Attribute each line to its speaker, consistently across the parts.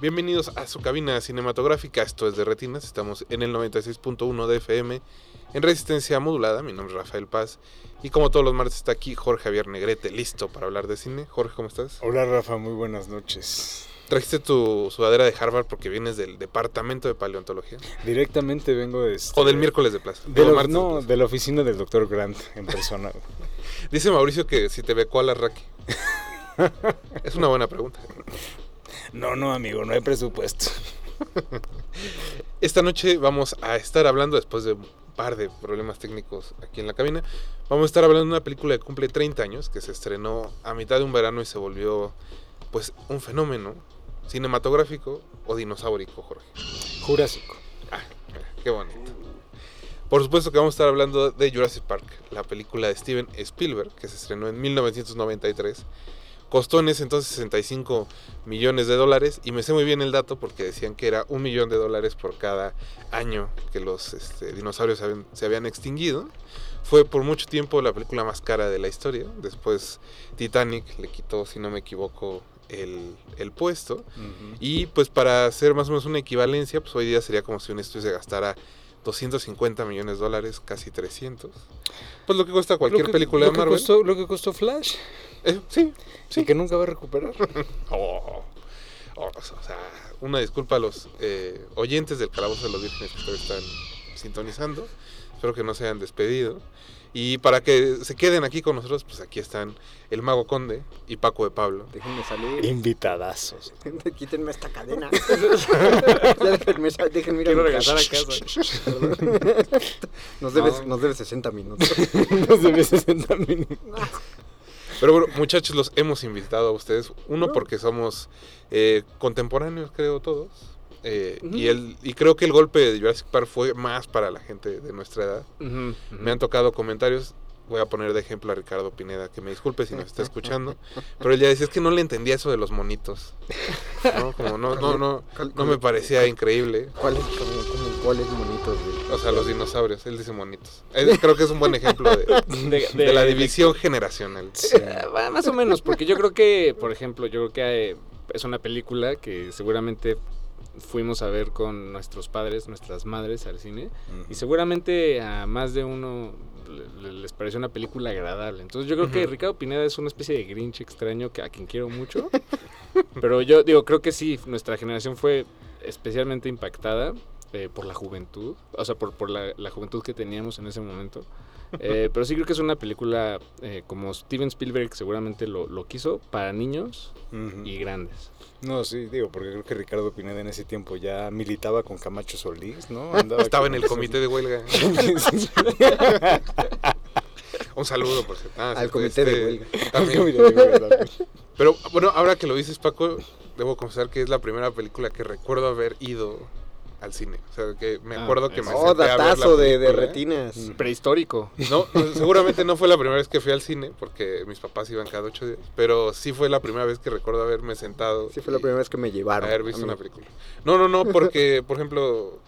Speaker 1: Bienvenidos a su cabina cinematográfica, esto es de Retinas, estamos en el 96.1 de FM en resistencia modulada, mi nombre es Rafael Paz y como todos los martes está aquí Jorge Javier Negrete, listo para hablar de cine. Jorge, ¿cómo estás?
Speaker 2: Hola Rafa, muy buenas noches.
Speaker 1: Trajiste tu sudadera de Harvard porque vienes del departamento de paleontología
Speaker 2: Directamente vengo de... este-
Speaker 1: o del miércoles de plaza.
Speaker 2: de
Speaker 1: o
Speaker 2: la-
Speaker 1: martes pues. de
Speaker 2: no,
Speaker 1: plaza.
Speaker 2: de la oficina del doctor Grant en persona.
Speaker 1: Dice Mauricio que si te becó a la Raki. es una buena pregunta.
Speaker 2: no, no, amigo, no hay presupuesto.
Speaker 1: Esta noche vamos a estar hablando, después de un par de problemas técnicos aquí en la cabina, vamos a estar hablando de una película que cumple 30 años, que se estrenó a mitad de un verano y se volvió pues un fenómeno cinematográfico o dinosaurico, Jorge.
Speaker 2: Jurásico.
Speaker 1: Ah, mira, qué bonito. Por supuesto que vamos a estar hablando de Jurassic Park, la película de Steven Spielberg, que se estrenó en 1993. Costó en ese entonces 65 millones de dólares y me sé muy bien el dato porque decían que era un millón de dólares por cada año que los este, dinosaurios habían- se habían extinguido. Fue por mucho tiempo la película más cara de la historia. Después Titanic le quitó, si no me equivoco, el, el puesto. Y pues para hacer más o menos una equivalencia, pues hoy día sería como si un estudio se gastara 250 millones de dólares, casi 300. Pues lo que cuesta cualquier película de
Speaker 2: Lo que,
Speaker 1: Marvel.
Speaker 2: costó, lo que costó Flash
Speaker 1: Eh, sí,
Speaker 2: y que nunca va a recuperar.
Speaker 1: Oh, oh, o sea, una disculpa a los eh, oyentes del Calabozo de los Vírgenes que todavía están sintonizando. Espero que no se hayan despedido. Y para que se queden aquí con nosotros, pues aquí están el Mago Conde y Paco de Pablo.
Speaker 3: Déjenme salir.
Speaker 2: Invitadazos.
Speaker 3: Quítenme esta cadena. Ya déjenme, sa- déjenme ir a mi casa. Nos debes,
Speaker 1: No.
Speaker 3: nos debes 60 minutos.
Speaker 2: Nos debe 60 minutos.
Speaker 1: Pero bueno, muchachos, los hemos invitado a ustedes. Uno porque somos eh, contemporáneos, creo, todos. Eh, y, el, y creo que el golpe de Jurassic Park fue más para la gente de nuestra edad. Me han tocado comentarios. Voy a poner de ejemplo a Ricardo Pineda, que me disculpe si nos está escuchando. pero él ya decía, es que no le entendía eso de los monitos. ¿No? Como no, no, no, no me parecía increíble.
Speaker 3: ¿Cuáles como, como, cuáles monitos, güey?
Speaker 1: O sea, los dinosaurios, él dice monitos. Eh, Creo que es un buen ejemplo de,
Speaker 4: de,
Speaker 1: de la división generacional.
Speaker 4: Eh, va, más o menos, porque yo creo que, por ejemplo, yo creo que eh, es una película que seguramente fuimos a ver con nuestros padres, nuestras madres al cine, y seguramente a más de uno le- le- les pareció una película agradable. Entonces yo creo que
Speaker 1: Ujú.
Speaker 4: Ricardo Pineda es una especie de Grinch extraño que, a quien quiero mucho, pero yo digo, creo que sí, nuestra generación fue especialmente impactada. eh, por la juventud, o sea, por, por la- la juventud que teníamos en ese momento. Eh, pero sí creo que es una película eh, como Steven Spielberg seguramente lo, lo quiso para niños y grandes.
Speaker 2: No, sí, digo, porque creo que Ricardo Pineda en ese tiempo ya militaba con Camacho Solís, ¿no? Andaba
Speaker 1: Estaba en
Speaker 2: con
Speaker 1: el
Speaker 2: esos-
Speaker 1: comité de huelga. Un saludo, por cierto. Ah,
Speaker 3: Al
Speaker 1: cierto,
Speaker 3: comité de huelga.
Speaker 1: también.
Speaker 2: Mira, digo, ¿verdad?
Speaker 1: Pero bueno, ahora que lo dices, Paco, debo confesar que es la primera película que recuerdo haber ido al cine. O sea, que me
Speaker 4: Ah,
Speaker 1: acuerdo que me
Speaker 4: eso.
Speaker 1: senté
Speaker 3: Oh,
Speaker 1: a ver Pues, la
Speaker 3: datazo de, de
Speaker 1: película. ¿eh?
Speaker 3: retinas.
Speaker 4: Mm. Prehistórico.
Speaker 1: No, seguramente no fue la primera vez que fui al cine, porque mis papás iban cada ocho días. Pero sí fue la primera vez que recuerdo haberme sentado.
Speaker 3: Sí, fue la
Speaker 1: y
Speaker 3: primera vez que me llevaron.
Speaker 1: Haber
Speaker 3: a
Speaker 1: visto
Speaker 3: mí.
Speaker 1: una película. No, no, no, porque, por ejemplo,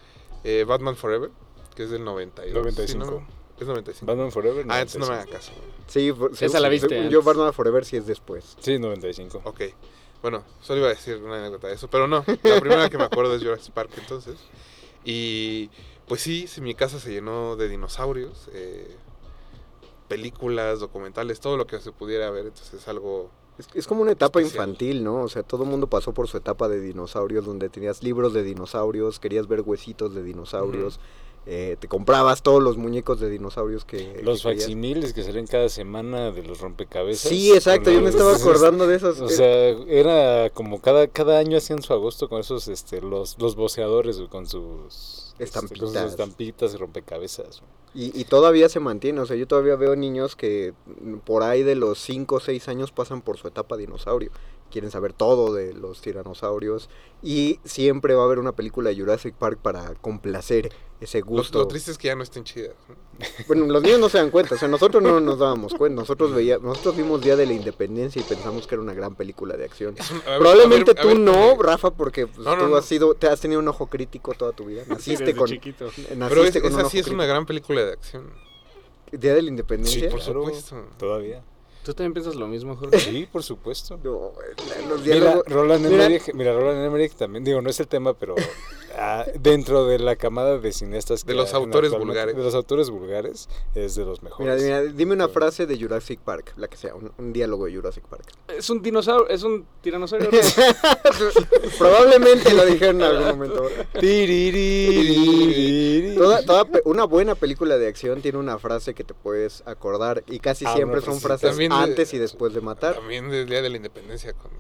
Speaker 1: eh, Batman Forever, que es del 92. sí,
Speaker 2: 95.
Speaker 1: ¿no? Es 95.
Speaker 2: Batman Forever.
Speaker 1: Ah, entonces no me
Speaker 2: 95.
Speaker 1: hagas caso.
Speaker 3: Sí, por-
Speaker 4: Esa
Speaker 3: según-
Speaker 4: la viste
Speaker 3: según
Speaker 4: antes.
Speaker 3: Yo, Barnum Forever, sí es después.
Speaker 2: Sí, 95.
Speaker 1: Ok. Bueno, solo iba a decir una anécdota de eso, pero no. La primera que me acuerdo es Jurassic Park, entonces. Y pues sí, sí, mi casa se llenó de dinosaurios, eh, películas, documentales, todo lo que se pudiera ver. Entonces es algo.
Speaker 3: Es, es como una etapa
Speaker 1: Especial.
Speaker 3: infantil, ¿no? O sea, todo el mundo pasó por su etapa de dinosaurios, donde tenías libros de dinosaurios, querías ver huesitos de dinosaurios, eh, te comprabas todos los muñecos de dinosaurios que...
Speaker 2: Los
Speaker 3: que querías.
Speaker 2: facsimiles que salen cada semana de los rompecabezas.
Speaker 3: Sí, exacto, yo me estaba
Speaker 2: Entonces,
Speaker 3: acordando de esos.
Speaker 2: O
Speaker 3: eh,
Speaker 2: sea, era como cada, cada año hacían su agosto con esos, este, los, los voceadores, güey, con sus este, con sus
Speaker 3: Estampitas.
Speaker 2: estampitas y rompecabezas. güey.
Speaker 3: Y, y todavía se mantiene, o sea, yo todavía veo niños que mm, por ahí de los 5 o 6 años pasan por su etapa dinosaurio. Quieren saber todo de los tiranosaurios y siempre va a haber una película de Jurassic Park para complacer ese
Speaker 1: Lo,
Speaker 3: gusto.
Speaker 1: lo triste es que ya no estén chidas. ¿no?
Speaker 3: Bueno, los niños no se dan cuenta, o sea, nosotros no nos dábamos cuenta, nosotros veía, nosotros vimos Día de la Independencia y pensamos que era una gran película de acción.
Speaker 1: Es un- a ver,
Speaker 3: Probablemente
Speaker 1: a ver, a
Speaker 3: tú
Speaker 1: ver,
Speaker 3: no,
Speaker 1: eh,
Speaker 3: Rafa, porque pues,
Speaker 1: No, no,
Speaker 3: tú
Speaker 1: no.
Speaker 3: has sido, te has tenido un ojo crítico toda tu vida. Naciste
Speaker 4: Desde
Speaker 3: con,
Speaker 4: chiquito.
Speaker 1: Pero es,
Speaker 3: naciste con un
Speaker 1: esa
Speaker 3: ojo
Speaker 1: sí es
Speaker 3: crítico.
Speaker 1: una gran película de acción.
Speaker 3: Día de la Independencia.
Speaker 1: por
Speaker 2: claro.
Speaker 1: supuesto.
Speaker 2: Todavía.
Speaker 4: ¿Tú también piensas lo mismo, Jorge?
Speaker 2: Sí, por supuesto.
Speaker 3: No, los
Speaker 2: Mira,
Speaker 3: diálogos.
Speaker 2: Roland
Speaker 3: mira-
Speaker 2: Emmerich, mira, Roland Emmerich también, digo, no es el tema, pero ah, dentro de la camada de cineastas
Speaker 1: De los
Speaker 2: hacen
Speaker 1: autores
Speaker 2: actualmente-
Speaker 1: vulgares.
Speaker 2: De los autores vulgares es de los
Speaker 3: Mira,
Speaker 2: mejores.
Speaker 3: mira, dime una frase de Jurassic Park, la que sea, un, un diálogo de Jurassic Park.
Speaker 4: Es un dinosaurio, es un tiranosaurio.
Speaker 3: Probablemente lo dijeron en algún momento.
Speaker 2: Tiriririri.
Speaker 3: Toda, toda pe- una buena película de acción tiene una frase que te puedes acordar y casi
Speaker 2: Ah,
Speaker 3: siempre
Speaker 2: una
Speaker 3: son
Speaker 2: frase.
Speaker 3: frases
Speaker 1: También de-
Speaker 3: antes y después de matar.
Speaker 1: También del Día de la Independencia. Con...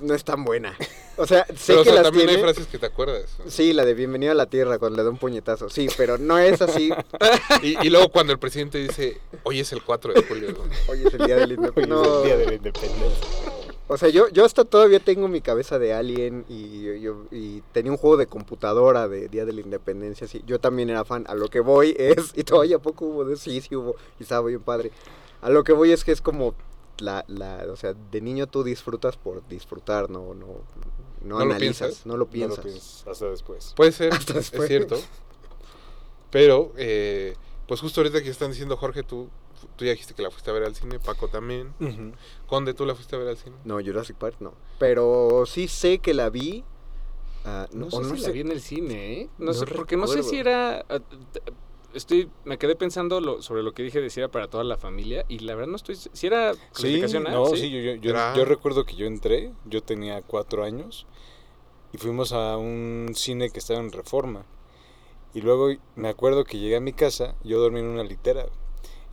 Speaker 3: No es tan buena. O sea, sé
Speaker 1: Pero o
Speaker 3: que
Speaker 1: sea,
Speaker 3: las
Speaker 1: también
Speaker 3: tiene.
Speaker 1: hay frases que te acuerdas.
Speaker 3: Sí, la de bienvenido a la Tierra cuando le da un puñetazo. Sí, pero no es así.
Speaker 1: Y, y luego cuando el presidente dice, hoy es el 4 de julio. ¿no?
Speaker 3: Hoy es el día del
Speaker 2: Hoy es
Speaker 3: independiente.
Speaker 2: el día de la independencia.
Speaker 3: O sea, yo, yo hasta todavía tengo mi cabeza de alien y, yo- yo- y tenía un juego de computadora de Día de la Independencia, sí. Yo también era fan. A lo que voy es, y todavía poco hubo de sí, sí hubo, y estaba bien padre. A lo que voy es que es como la, la, o sea, de niño tú disfrutas por disfrutar, no, no, no,
Speaker 1: ¿No lo
Speaker 3: analizas,
Speaker 1: piensas?
Speaker 3: no lo
Speaker 2: No lo
Speaker 3: piensas.
Speaker 2: piensas hasta después.
Speaker 1: Puede ser,
Speaker 3: Hasta
Speaker 1: es
Speaker 3: después.
Speaker 1: cierto. Pero, eh, pues justo ahorita que están diciendo, Jorge, tú, tú ya dijiste que la fuiste a ver al cine, Paco también.
Speaker 2: Ujú.
Speaker 1: Conde, ¿tú la fuiste a ver al cine?
Speaker 3: No, Jurassic Park no. Pero sí sé que la vi. ah,
Speaker 4: No,
Speaker 3: no,
Speaker 4: sé
Speaker 3: o no
Speaker 4: si la
Speaker 3: sé-
Speaker 4: vi en el cine, ¿eh? No,
Speaker 3: No
Speaker 4: sé, porque no sé
Speaker 3: recuerdo.
Speaker 4: si era... ah, t- Estoy, me quedé pensando lo- sobre lo que dije de si era para toda la familia y la verdad no estoy... Si era
Speaker 2: Sí,
Speaker 4: clasificación A,
Speaker 2: no,
Speaker 4: eh? ¿sí?
Speaker 2: sí, yo, yo- yo-
Speaker 1: Era-
Speaker 2: yo recuerdo que yo entré, yo tenía cuatro años y fuimos a un cine que estaba en reforma. Y luego me acuerdo que llegué a mi casa, yo dormí en una litera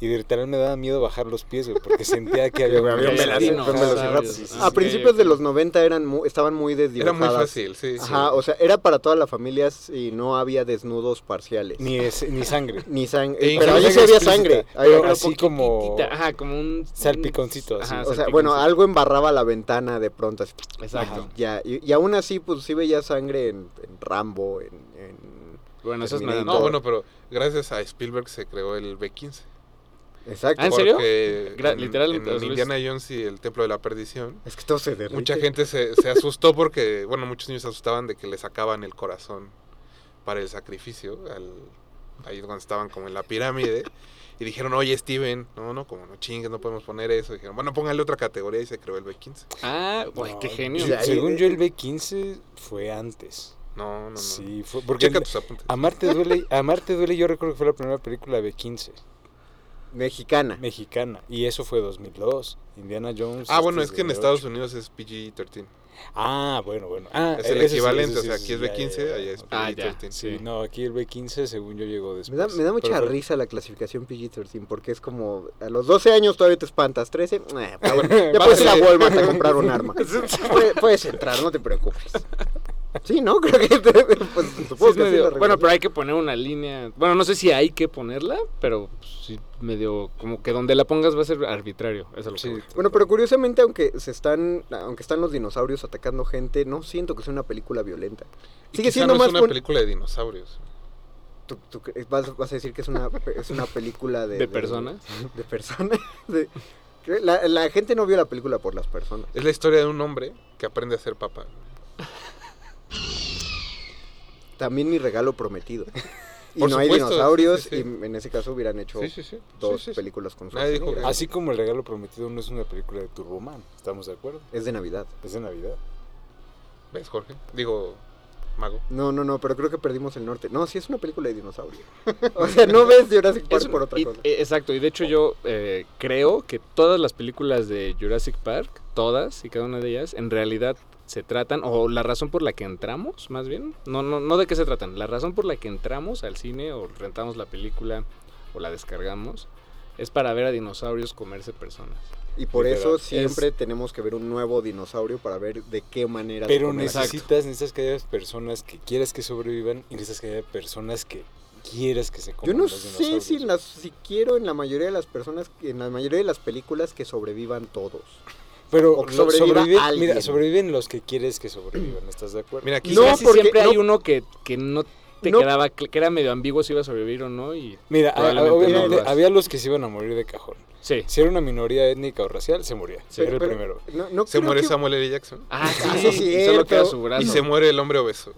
Speaker 2: y de literal me daba miedo bajar los pies güey, porque sentía que había
Speaker 3: Que
Speaker 2: un
Speaker 3: había un
Speaker 2: velociraptor.
Speaker 3: velociraptor,
Speaker 2: Ajá.
Speaker 3: un velociraptor.
Speaker 2: Sí, sí,
Speaker 3: A
Speaker 2: sí.
Speaker 4: Ah,
Speaker 3: principios
Speaker 4: ok.
Speaker 3: de los 90 eran mu- estaban muy
Speaker 1: Era
Speaker 3: desdibujadas.
Speaker 1: muy fácil, sí. sí.
Speaker 3: Ajá, o sea, era para toda la familia y no había desnudos parciales. Ni,
Speaker 2: Ni, ese- ni sangre.
Speaker 3: sangre.
Speaker 1: E
Speaker 3: pero
Speaker 1: incluso
Speaker 3: ahí
Speaker 2: sangre
Speaker 3: sí había
Speaker 2: explícita,
Speaker 3: sangre. Ahí-
Speaker 2: pero
Speaker 3: o
Speaker 2: así como
Speaker 4: Tita, Ajá, como un...
Speaker 2: salpiconcito, así.
Speaker 4: Ajá,
Speaker 3: sea, bueno,
Speaker 4: salpiconcito.
Speaker 3: algo embarraba la ventana de pronto. así,
Speaker 4: Exacto.
Speaker 2: Ajá.
Speaker 3: ya, y, y aún así, pues sí veía sangre en, en Rambo, en... en-
Speaker 4: Bueno, eso es nada.
Speaker 3: Terminator.
Speaker 1: No, bueno, pero gracias a Spielberg se creó el B-15.
Speaker 3: Exacto.
Speaker 4: Ah, ¿en serio?
Speaker 1: Porque
Speaker 4: Gra-
Speaker 1: en-
Speaker 4: literal,
Speaker 1: en
Speaker 4: los-
Speaker 1: Indiana Jones y el Templo de la Perdición,
Speaker 3: Es que todo se derrite.
Speaker 1: mucha gente se, se asustó porque, bueno, muchos niños se asustaban de que le sacaban el corazón para el sacrificio, al, ahí cuando estaban como en la pirámide. Y dijeron, oye, Steven, no, no, como no chingues, no podemos poner eso. Dijeron, bueno, póngale otra categoría y se creó el B-15.
Speaker 4: Ah, güey, qué
Speaker 2: No,
Speaker 4: genio.
Speaker 2: yo-
Speaker 3: ahí-
Speaker 2: según yo, el B15 fue antes.
Speaker 1: No, no, no.
Speaker 2: Sí, fue porque
Speaker 1: Checa tus apuntes.
Speaker 2: Amarte duele, Amarte duele, yo recuerdo que fue la primera película B15
Speaker 3: Mexicana.
Speaker 2: mexicana y eso fue 2002. Indiana Jones.
Speaker 1: Ah, bueno, es que en Estados
Speaker 2: Unidos.
Speaker 1: Unidos es PG-13.
Speaker 2: Ah, bueno, bueno. Ah,
Speaker 1: Es el
Speaker 2: ese sí,
Speaker 1: equivalente,
Speaker 2: ese
Speaker 1: o sea,
Speaker 2: sí,
Speaker 1: aquí es
Speaker 2: ya, ya,
Speaker 1: B15,
Speaker 2: ya.
Speaker 1: allá es
Speaker 4: Ah, ya,
Speaker 1: PG-13.
Speaker 2: Sí, no, aquí el B15 según yo llegó
Speaker 3: Me
Speaker 2: después.
Speaker 3: da, me da mucha
Speaker 2: Pero fue-
Speaker 3: risa la clasificación PG-13 porque es como a los 12 años todavía te espantas, 13, eh, pues, ya puedes ir a Walmart a comprar un arma. Puedes, puedes entrar, no te preocupes. Sí, ¿no? Creo que pues,
Speaker 4: Sí,
Speaker 3: supongo
Speaker 4: es
Speaker 3: que así
Speaker 4: medio-
Speaker 3: la
Speaker 4: bueno,
Speaker 3: regulación.
Speaker 4: pero hay que poner una línea. Bueno, no sé si hay que ponerla, pero pues, sí, medio como que donde la pongas va a ser arbitrario. Eso es a lo que
Speaker 2: Sí,
Speaker 4: voy.
Speaker 3: Bueno, pero curiosamente, aunque se están, aunque están los dinosaurios atacando gente, no siento que sea una película violenta.
Speaker 1: Y
Speaker 3: Sigue
Speaker 1: quizá
Speaker 3: siendo
Speaker 1: no
Speaker 3: más
Speaker 1: es una
Speaker 3: buen-
Speaker 1: película de dinosaurios.
Speaker 3: ¿Tú, tú cre- vas, vas a decir que es una, es una película de,
Speaker 4: ¿De personas?
Speaker 3: De personas. de- la, la gente no vio la película por las personas.
Speaker 1: Es la historia de un hombre que aprende a ser papá.
Speaker 3: También mi regalo prometido. Y
Speaker 1: Por
Speaker 3: no hay
Speaker 1: supuesto,
Speaker 3: dinosaurios,
Speaker 1: sí, sí, sí.
Speaker 3: y en ese caso hubieran hecho
Speaker 1: Sí, sí, sí.
Speaker 3: dos
Speaker 1: Sí, sí, sí.
Speaker 3: películas con su
Speaker 1: Nadie dijo que-
Speaker 2: Así como El Regalo Prometido no es una película de Turboman, estamos de acuerdo.
Speaker 3: Es de Navidad.
Speaker 2: Es de Navidad.
Speaker 1: ¿Ves, Jorge? Digo, mago.
Speaker 3: No, no, no, pero creo que perdimos el norte. No, sí es una película de dinosaurios. O sea, no ves Jurassic Park
Speaker 4: Es un-
Speaker 3: por otra
Speaker 4: y-
Speaker 3: cosa.
Speaker 4: eh, exacto, y de hecho yo eh, creo que todas las películas de Jurassic Park, todas y cada una de ellas, en realidad se tratan, o la razón por la que entramos, más bien. No, no, no de qué se tratan. La razón por la que entramos al cine o rentamos la película o la descargamos es para ver a dinosaurios comerse personas.
Speaker 3: Y por
Speaker 2: Literal.
Speaker 3: eso
Speaker 2: Es-
Speaker 3: siempre tenemos que ver un nuevo dinosaurio para ver de qué manera. se
Speaker 2: Pero
Speaker 3: come la gente.
Speaker 2: necesitas, necesitas que haya personas que quieras que sobrevivan y necesitas que haya personas que quieras que se
Speaker 3: Yo
Speaker 2: coman
Speaker 3: no
Speaker 2: los
Speaker 3: sé
Speaker 2: dinosaurios.
Speaker 3: si, en las, si quiero en la mayoría de las personas, en la mayoría de las películas que sobrevivan todos.
Speaker 2: Pero
Speaker 3: o que
Speaker 2: lo-
Speaker 3: sobreviva
Speaker 2: sobrevive-
Speaker 3: alguien.
Speaker 2: mira, sobreviven los que quieres que sobrevivan, ¿estás de acuerdo?
Speaker 1: Mira, aquí
Speaker 3: No,
Speaker 4: no,
Speaker 3: porque
Speaker 4: siempre hay
Speaker 3: no-
Speaker 4: uno que, que no te
Speaker 3: No.
Speaker 4: quedaba, cl- que era medio ambiguo si iba a sobrevivir o no. Y
Speaker 2: Mira, a-
Speaker 4: Probablemente
Speaker 2: obviamente
Speaker 4: no lo hace.
Speaker 2: había los que se iban a morir de cajón.
Speaker 4: sí.
Speaker 2: Si era una minoría étnica o racial, se moría.
Speaker 4: Sí.
Speaker 2: era el
Speaker 3: Pero-
Speaker 2: primero.
Speaker 3: No, no
Speaker 1: Se
Speaker 3: creo
Speaker 1: muere
Speaker 3: que-
Speaker 1: Samuel L. Jackson.
Speaker 4: Ah,
Speaker 3: sí,
Speaker 4: sí, y
Speaker 3: cierto.
Speaker 4: solo queda su brazo.
Speaker 1: Y se muere el hombre obeso.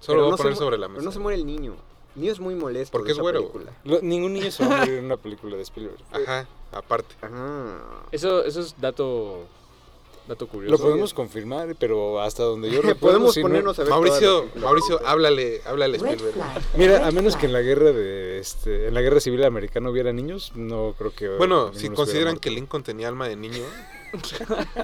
Speaker 1: Solo
Speaker 3: pero
Speaker 1: lo voy
Speaker 3: no
Speaker 1: a
Speaker 3: se
Speaker 1: poner
Speaker 3: mu-
Speaker 1: sobre la
Speaker 3: pero
Speaker 1: mesa.
Speaker 3: no se muere el niño. El niño es muy molesto.
Speaker 1: Porque
Speaker 3: en
Speaker 1: es
Speaker 3: esa
Speaker 1: güero.
Speaker 3: película.
Speaker 2: Lo- ningún niño se va a morir en una película de Spielberg.
Speaker 1: Ajá, aparte.
Speaker 3: Ah.
Speaker 4: Eso, eso es dato, dato curioso.
Speaker 2: Lo podemos confirmar, pero hasta donde yo recuerdo...
Speaker 3: Podemos
Speaker 2: si no-
Speaker 3: ponernos a ver. todas
Speaker 1: Mauricio,
Speaker 3: las películas.
Speaker 1: Mauricio, háblale, háblale a
Speaker 5: Red
Speaker 1: Spielberg.
Speaker 5: flag.
Speaker 2: Mira,
Speaker 5: red
Speaker 2: a menos que en
Speaker 5: flag.
Speaker 2: la guerra de este, en la guerra civil americana hubiera niños, no creo que.
Speaker 1: Bueno,
Speaker 2: ninguno
Speaker 1: si
Speaker 2: estuviera
Speaker 1: consideran
Speaker 2: muerto.
Speaker 1: que Lincoln tenía alma de niño. o sea,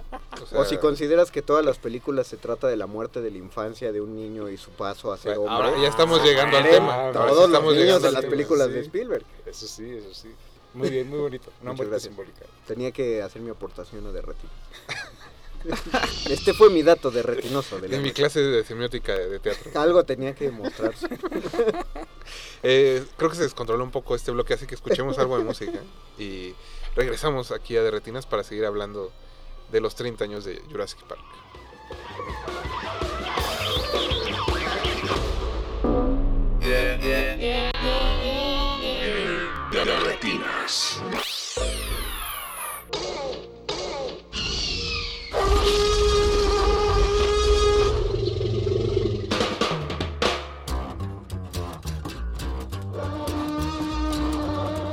Speaker 3: O si consideras que todas las películas se trata de la muerte de la infancia de un niño y su paso a ser
Speaker 1: bueno,
Speaker 3: hombre.
Speaker 1: Ahora ya estamos llegando al
Speaker 2: mueren
Speaker 1: tema.
Speaker 2: todos
Speaker 1: Ahora sí
Speaker 3: Todos los
Speaker 1: estamos
Speaker 3: niños
Speaker 1: llegando
Speaker 3: de
Speaker 1: al
Speaker 3: las
Speaker 1: tema.
Speaker 3: películas
Speaker 2: sí.
Speaker 3: de Spielberg.
Speaker 2: Eso sí, eso sí. Muy bien, muy bonito. Una
Speaker 3: Muchas
Speaker 2: muerte
Speaker 3: gracias.
Speaker 2: simbólica.
Speaker 3: Tenía que hacer mi aportación de retino. este fue mi dato de retinoso. De la
Speaker 1: En mi
Speaker 3: noche.
Speaker 1: clase de semiótica de, de teatro.
Speaker 3: Algo tenía que mostrarse.
Speaker 1: Eh, creo que se descontroló un poco este bloque, así que escuchemos algo de música. Y regresamos aquí a Derretinas para seguir hablando de los 30 años de Jurassic Park.
Speaker 6: De retinas.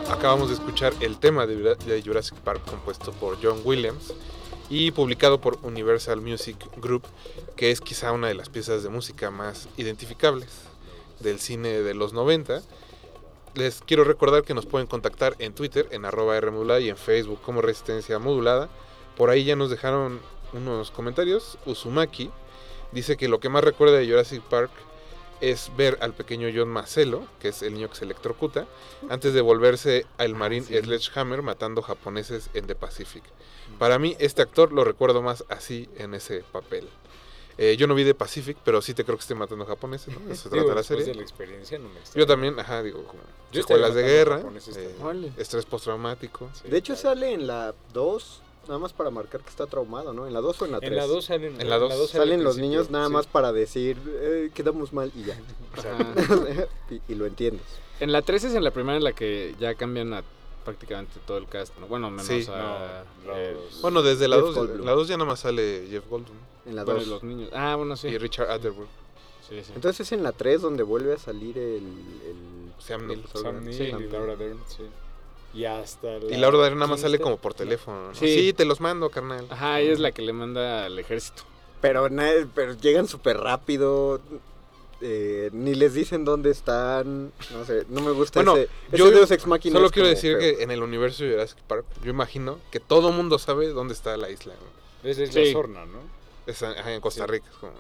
Speaker 1: Acabamos de escuchar el tema de Jura- de Jurassic Park compuesto por John Williams y publicado por Universal Music Group, que es quizá una de las piezas de música más identificables del cine de los 90. Les quiero recordar que nos pueden contactar en Twitter, en arroba Rmodulada y en Facebook como Resistencia Modulada. Por ahí ya nos dejaron unos comentarios. Uzumaki dice que lo que más recuerda de Jurassic Park es ver al pequeño John Macelo, que es el niño que se electrocuta, antes de volverse al
Speaker 2: Ah,
Speaker 1: marín Sledgehammer matando japoneses en The Pacific. Para mí, este actor lo recuerdo más así en ese papel. Eh, yo no vi The Pacific, pero sí te creo que esté matando japoneses, ¿no? Eso se trata
Speaker 2: Digo,
Speaker 1: la
Speaker 2: después
Speaker 1: serie.
Speaker 2: de la experiencia no me extraña.
Speaker 1: Yo también, ajá, digo, como
Speaker 2: Yo
Speaker 1: secuelas de
Speaker 2: estaría
Speaker 1: guerra,
Speaker 2: matando japoneses
Speaker 1: eh,
Speaker 2: también.
Speaker 4: Órale.
Speaker 1: estrés postraumático.
Speaker 2: Sí,
Speaker 3: De hecho,
Speaker 2: claro.
Speaker 3: sale en la 2, nada más para marcar que está traumado, ¿no? En la 2 o en la 3.
Speaker 2: en la 2 salen,
Speaker 1: En la dos
Speaker 2: sale
Speaker 3: Salen
Speaker 2: al
Speaker 3: los
Speaker 2: principio,
Speaker 3: niños nada
Speaker 2: sí.
Speaker 3: más para decir, eh, quedamos mal y ya.
Speaker 4: Ajá.
Speaker 3: y, y lo entiendes.
Speaker 4: En la 13 es en la primera en la que ya cambian a prácticamente todo el cast. ¿no? Bueno, menos
Speaker 1: Sí,
Speaker 4: a
Speaker 2: no,
Speaker 4: eh,
Speaker 2: los-
Speaker 1: Bueno, desde la
Speaker 3: Jeff
Speaker 1: 2,
Speaker 3: Goldblum.
Speaker 1: la 2 ya nada más sale Jeff Goldblum
Speaker 3: En la 2.
Speaker 4: bueno, los niños. Ah, bueno, sí.
Speaker 1: y Richard Attenborough.
Speaker 4: Sí, sí.
Speaker 3: Entonces es en la 3 donde vuelve a salir el... el-
Speaker 1: Sam Neill.
Speaker 2: Sam Neill
Speaker 4: Sí.
Speaker 2: y Laura Dern, sí. Y hasta
Speaker 1: Y Laura Dern nada
Speaker 2: nada
Speaker 1: más sale como por teléfono. ¿no? Sí.
Speaker 4: Sí.
Speaker 1: te los mando, carnal.
Speaker 4: Ajá, ella es la que le manda al ejército.
Speaker 3: Pero, na- pero llegan súper rápido. eh, ni les dicen dónde están. No sé, no me gusta
Speaker 1: Bueno,
Speaker 3: ese, ese
Speaker 1: yo
Speaker 3: Deus Ex Machina
Speaker 1: Solo
Speaker 3: es
Speaker 1: quiero
Speaker 3: como
Speaker 1: decir
Speaker 3: feo.
Speaker 1: que eh, en el universo de Jurassic Park, yo imagino que todo mundo sabe dónde está la isla. ¿no?
Speaker 2: Es la
Speaker 4: Sí.
Speaker 2: Sorna, ¿no?
Speaker 1: Es en- ajá, en Costa
Speaker 2: Sí.
Speaker 1: Rica. es como-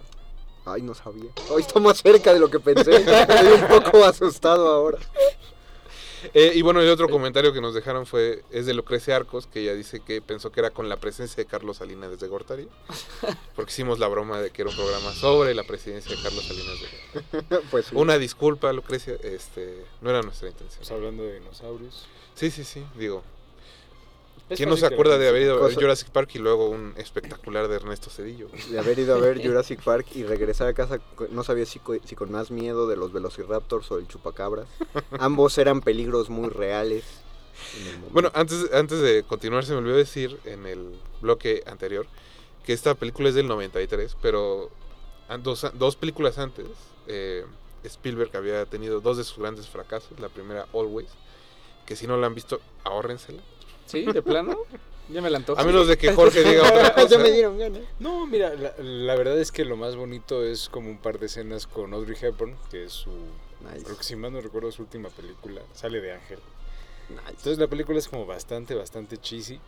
Speaker 3: Ay, no sabía. Hoy está más cerca de lo que pensé. Estoy un poco asustado ahora.
Speaker 1: Eh, y bueno, el otro comentario que nos dejaron fue, es de Lucrecia Arcos, que ella dice que pensó que era con la presencia de Carlos Salinas de Gortari, porque hicimos la broma de que era un programa sobre la presidencia de Carlos Salinas de Gortari.
Speaker 3: pues sí.
Speaker 1: Una disculpa, Lucrecia, este, no era nuestra intención.
Speaker 2: Pues hablando de dinosaurios.
Speaker 1: Sí, sí, sí, digo.
Speaker 2: Es
Speaker 1: ¿Quién no se
Speaker 2: fácil que
Speaker 1: acuerda
Speaker 2: la
Speaker 1: de haber
Speaker 2: gente-
Speaker 1: ido a ver
Speaker 3: Cosa-
Speaker 1: Jurassic Park y luego un espectacular de Ernesto Cedillo? güey?
Speaker 3: de haber ido a ver Jurassic Park y regresar a casa, co- no sabía si, co- si con más miedo de los Velociraptors o del Chupacabras. Ambos eran peligros muy reales. en el momento.
Speaker 1: Bueno, antes, antes de continuar, se me olvidó decir en el bloque anterior que esta película es del 93, pero an- dos, dos películas antes, eh, Spielberg había tenido dos de sus grandes fracasos. La primera, Always, que si no la han visto, ahórrensela.
Speaker 4: Sí, de plano. Ya me la antojo.
Speaker 1: A menos de que Jorge diga otra cosa.
Speaker 3: ya me dieron ganas.
Speaker 2: No, mira, la, la verdad es que lo más bonito es como un par de escenas con Audrey Hepburn, que es su, creo que
Speaker 3: Nice,
Speaker 2: si mal no recuerdo su última película, sale de Ángel.
Speaker 3: nice.
Speaker 2: Entonces la película es como bastante, bastante cheesy,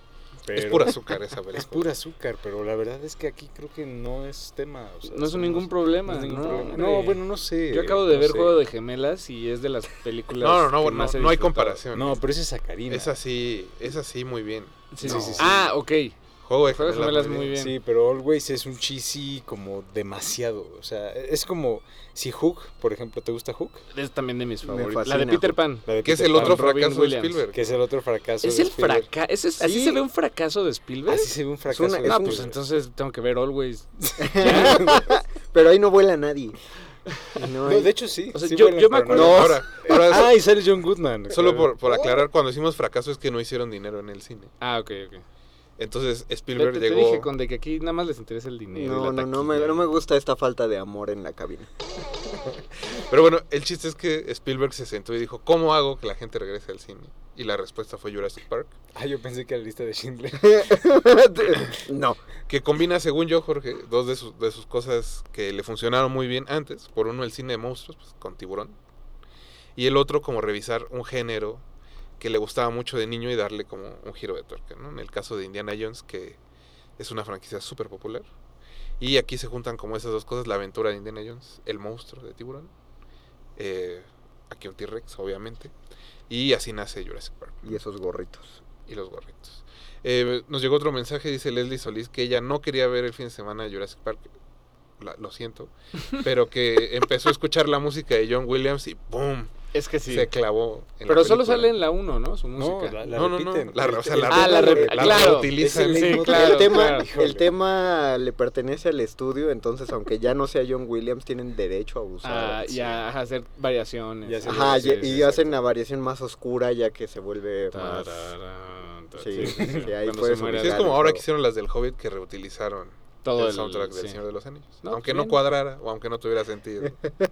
Speaker 2: Pero...
Speaker 1: Es pura azúcar esa película.
Speaker 2: Es pura azúcar, pero la verdad es que aquí creo que no es tema. o sea,
Speaker 4: No es
Speaker 2: eso
Speaker 4: ningún problema.
Speaker 2: no es ningún
Speaker 4: no,
Speaker 2: problema.
Speaker 4: hombre.
Speaker 2: No, bueno, no sé.
Speaker 4: Yo acabo de ver
Speaker 2: no sé.
Speaker 4: Juego de Gemelas y es de las películas.
Speaker 1: No, no, no,
Speaker 4: que
Speaker 1: bueno,
Speaker 4: más he
Speaker 1: no hay
Speaker 4: disfrutado.
Speaker 1: comparación.
Speaker 2: No, pero esa es sacarina.
Speaker 1: Es así, es así muy bien.
Speaker 4: Sí,
Speaker 2: No.
Speaker 4: sí, sí, sí. Ah, ok.
Speaker 1: Juego de
Speaker 4: Juego de
Speaker 1: gemelas
Speaker 4: Gemelas muy bien.
Speaker 2: Sí, pero Always es un cheesy como demasiado. O sea, es como si Hook, por ejemplo, ¿te gusta Hook?
Speaker 4: Es también de mis
Speaker 3: Me
Speaker 4: favoritos. La
Speaker 3: fascina,
Speaker 4: de Peter Pan.
Speaker 2: La de
Speaker 1: Que es
Speaker 2: Peter
Speaker 1: el otro
Speaker 2: Pan,
Speaker 4: Robin
Speaker 1: fracaso
Speaker 4: Williams.
Speaker 1: de Spielberg.
Speaker 2: Que es el otro fracaso.
Speaker 4: ¿Es
Speaker 2: de
Speaker 4: el
Speaker 2: Spielberg.
Speaker 4: fracaso? ¿Así
Speaker 3: Sí.
Speaker 4: se ve un fracaso de Spielberg?
Speaker 2: Así se ve un fracaso.
Speaker 3: una-
Speaker 2: de
Speaker 3: es
Speaker 4: No,
Speaker 3: un-
Speaker 4: pues
Speaker 2: Spielberg.
Speaker 4: entonces tengo que ver Always.
Speaker 3: Pero ahí no vuela nadie. No,
Speaker 2: No,
Speaker 3: hay-
Speaker 2: de hecho sí.
Speaker 4: O sea,
Speaker 2: sí
Speaker 4: yo-
Speaker 2: vuelan,
Speaker 4: yo me
Speaker 2: pero
Speaker 3: acuerdo-
Speaker 1: Ahora, ahora
Speaker 2: Ah, y sale John Goodman.
Speaker 1: solo
Speaker 2: claro.
Speaker 1: por, por aclarar, cuando hicimos fracaso es que no hicieron dinero en el cine.
Speaker 4: Ah, ok, ok.
Speaker 1: Entonces Spielberg
Speaker 4: Te, te
Speaker 1: llegó.
Speaker 4: dije con de que aquí nada más les interesa el dinero.
Speaker 3: no,
Speaker 4: y la
Speaker 3: no, no, me,
Speaker 4: taquilla.
Speaker 3: no me gusta esta falta de amor en la cabina.
Speaker 1: Pero bueno, el chiste es que Spielberg se sentó y dijo, ¿cómo hago que la gente regrese al cine? Y la respuesta fue Jurassic Park.
Speaker 2: Ah, yo pensé que era la lista de Schindler.
Speaker 3: no.
Speaker 1: Que combina, según yo, Jorge, dos de sus, de sus cosas que le funcionaron muy bien antes. Por uno, el cine de monstruos, pues, con tiburón. Y el otro, como revisar un género que le gustaba mucho de niño y darle como un giro de tuerca, ¿no? En el caso de Indiana Jones, que es una franquicia súper popular. Y aquí se juntan como esas dos cosas, la aventura de Indiana Jones, el monstruo de tiburón. eh, aquí un T-Rex, obviamente. Y así nace Jurassic Park
Speaker 3: Y esos gorritos.
Speaker 1: y los gorritos. Eh, nos llegó otro mensaje, dice Leslie Solís, que ella no quería ver el fin de semana de Jurassic Park. La- lo siento. Pero que empezó a escuchar la música de John Williams y ¡boom!
Speaker 4: Es que sí.
Speaker 1: Se clavó. en la
Speaker 4: Pero solo
Speaker 1: película.
Speaker 4: sale en la 1, ¿no? Su
Speaker 2: No,
Speaker 4: música.
Speaker 2: la, la
Speaker 1: No, no, no.
Speaker 2: repiten.
Speaker 1: La, o sea, la,
Speaker 4: Ah, la
Speaker 1: re-
Speaker 4: re-
Speaker 1: la
Speaker 4: claro.
Speaker 1: reutilizan.
Speaker 2: Es el
Speaker 4: Sí,
Speaker 2: leitmotiv.
Speaker 4: claro.
Speaker 3: el, tema,
Speaker 4: claro.
Speaker 3: el tema le pertenece al estudio, entonces aunque ya no sea John Williams, tienen derecho a usar.
Speaker 4: Ah, y a a hacer variaciones.
Speaker 2: Y hacer
Speaker 3: Ajá,
Speaker 2: sí,
Speaker 3: y,
Speaker 2: sí,
Speaker 3: y
Speaker 2: sí,
Speaker 3: hacen la variación más oscura ya que se vuelve más...
Speaker 4: Tararán, tar-
Speaker 3: Sí, sí, ahí
Speaker 4: Cuando
Speaker 3: puedes
Speaker 4: se muere
Speaker 1: Sí, es
Speaker 3: ubicar.
Speaker 4: alguien.
Speaker 1: como ahora
Speaker 3: juego.
Speaker 1: que hicieron las del Hobbit que reutilizaron
Speaker 4: todo
Speaker 1: el soundtrack del
Speaker 4: sí.
Speaker 1: Señor de los Anillos.
Speaker 4: No,
Speaker 1: aunque
Speaker 4: pues
Speaker 1: no
Speaker 4: bien.
Speaker 1: cuadrara o aunque no tuviera sentido.
Speaker 4: O sea,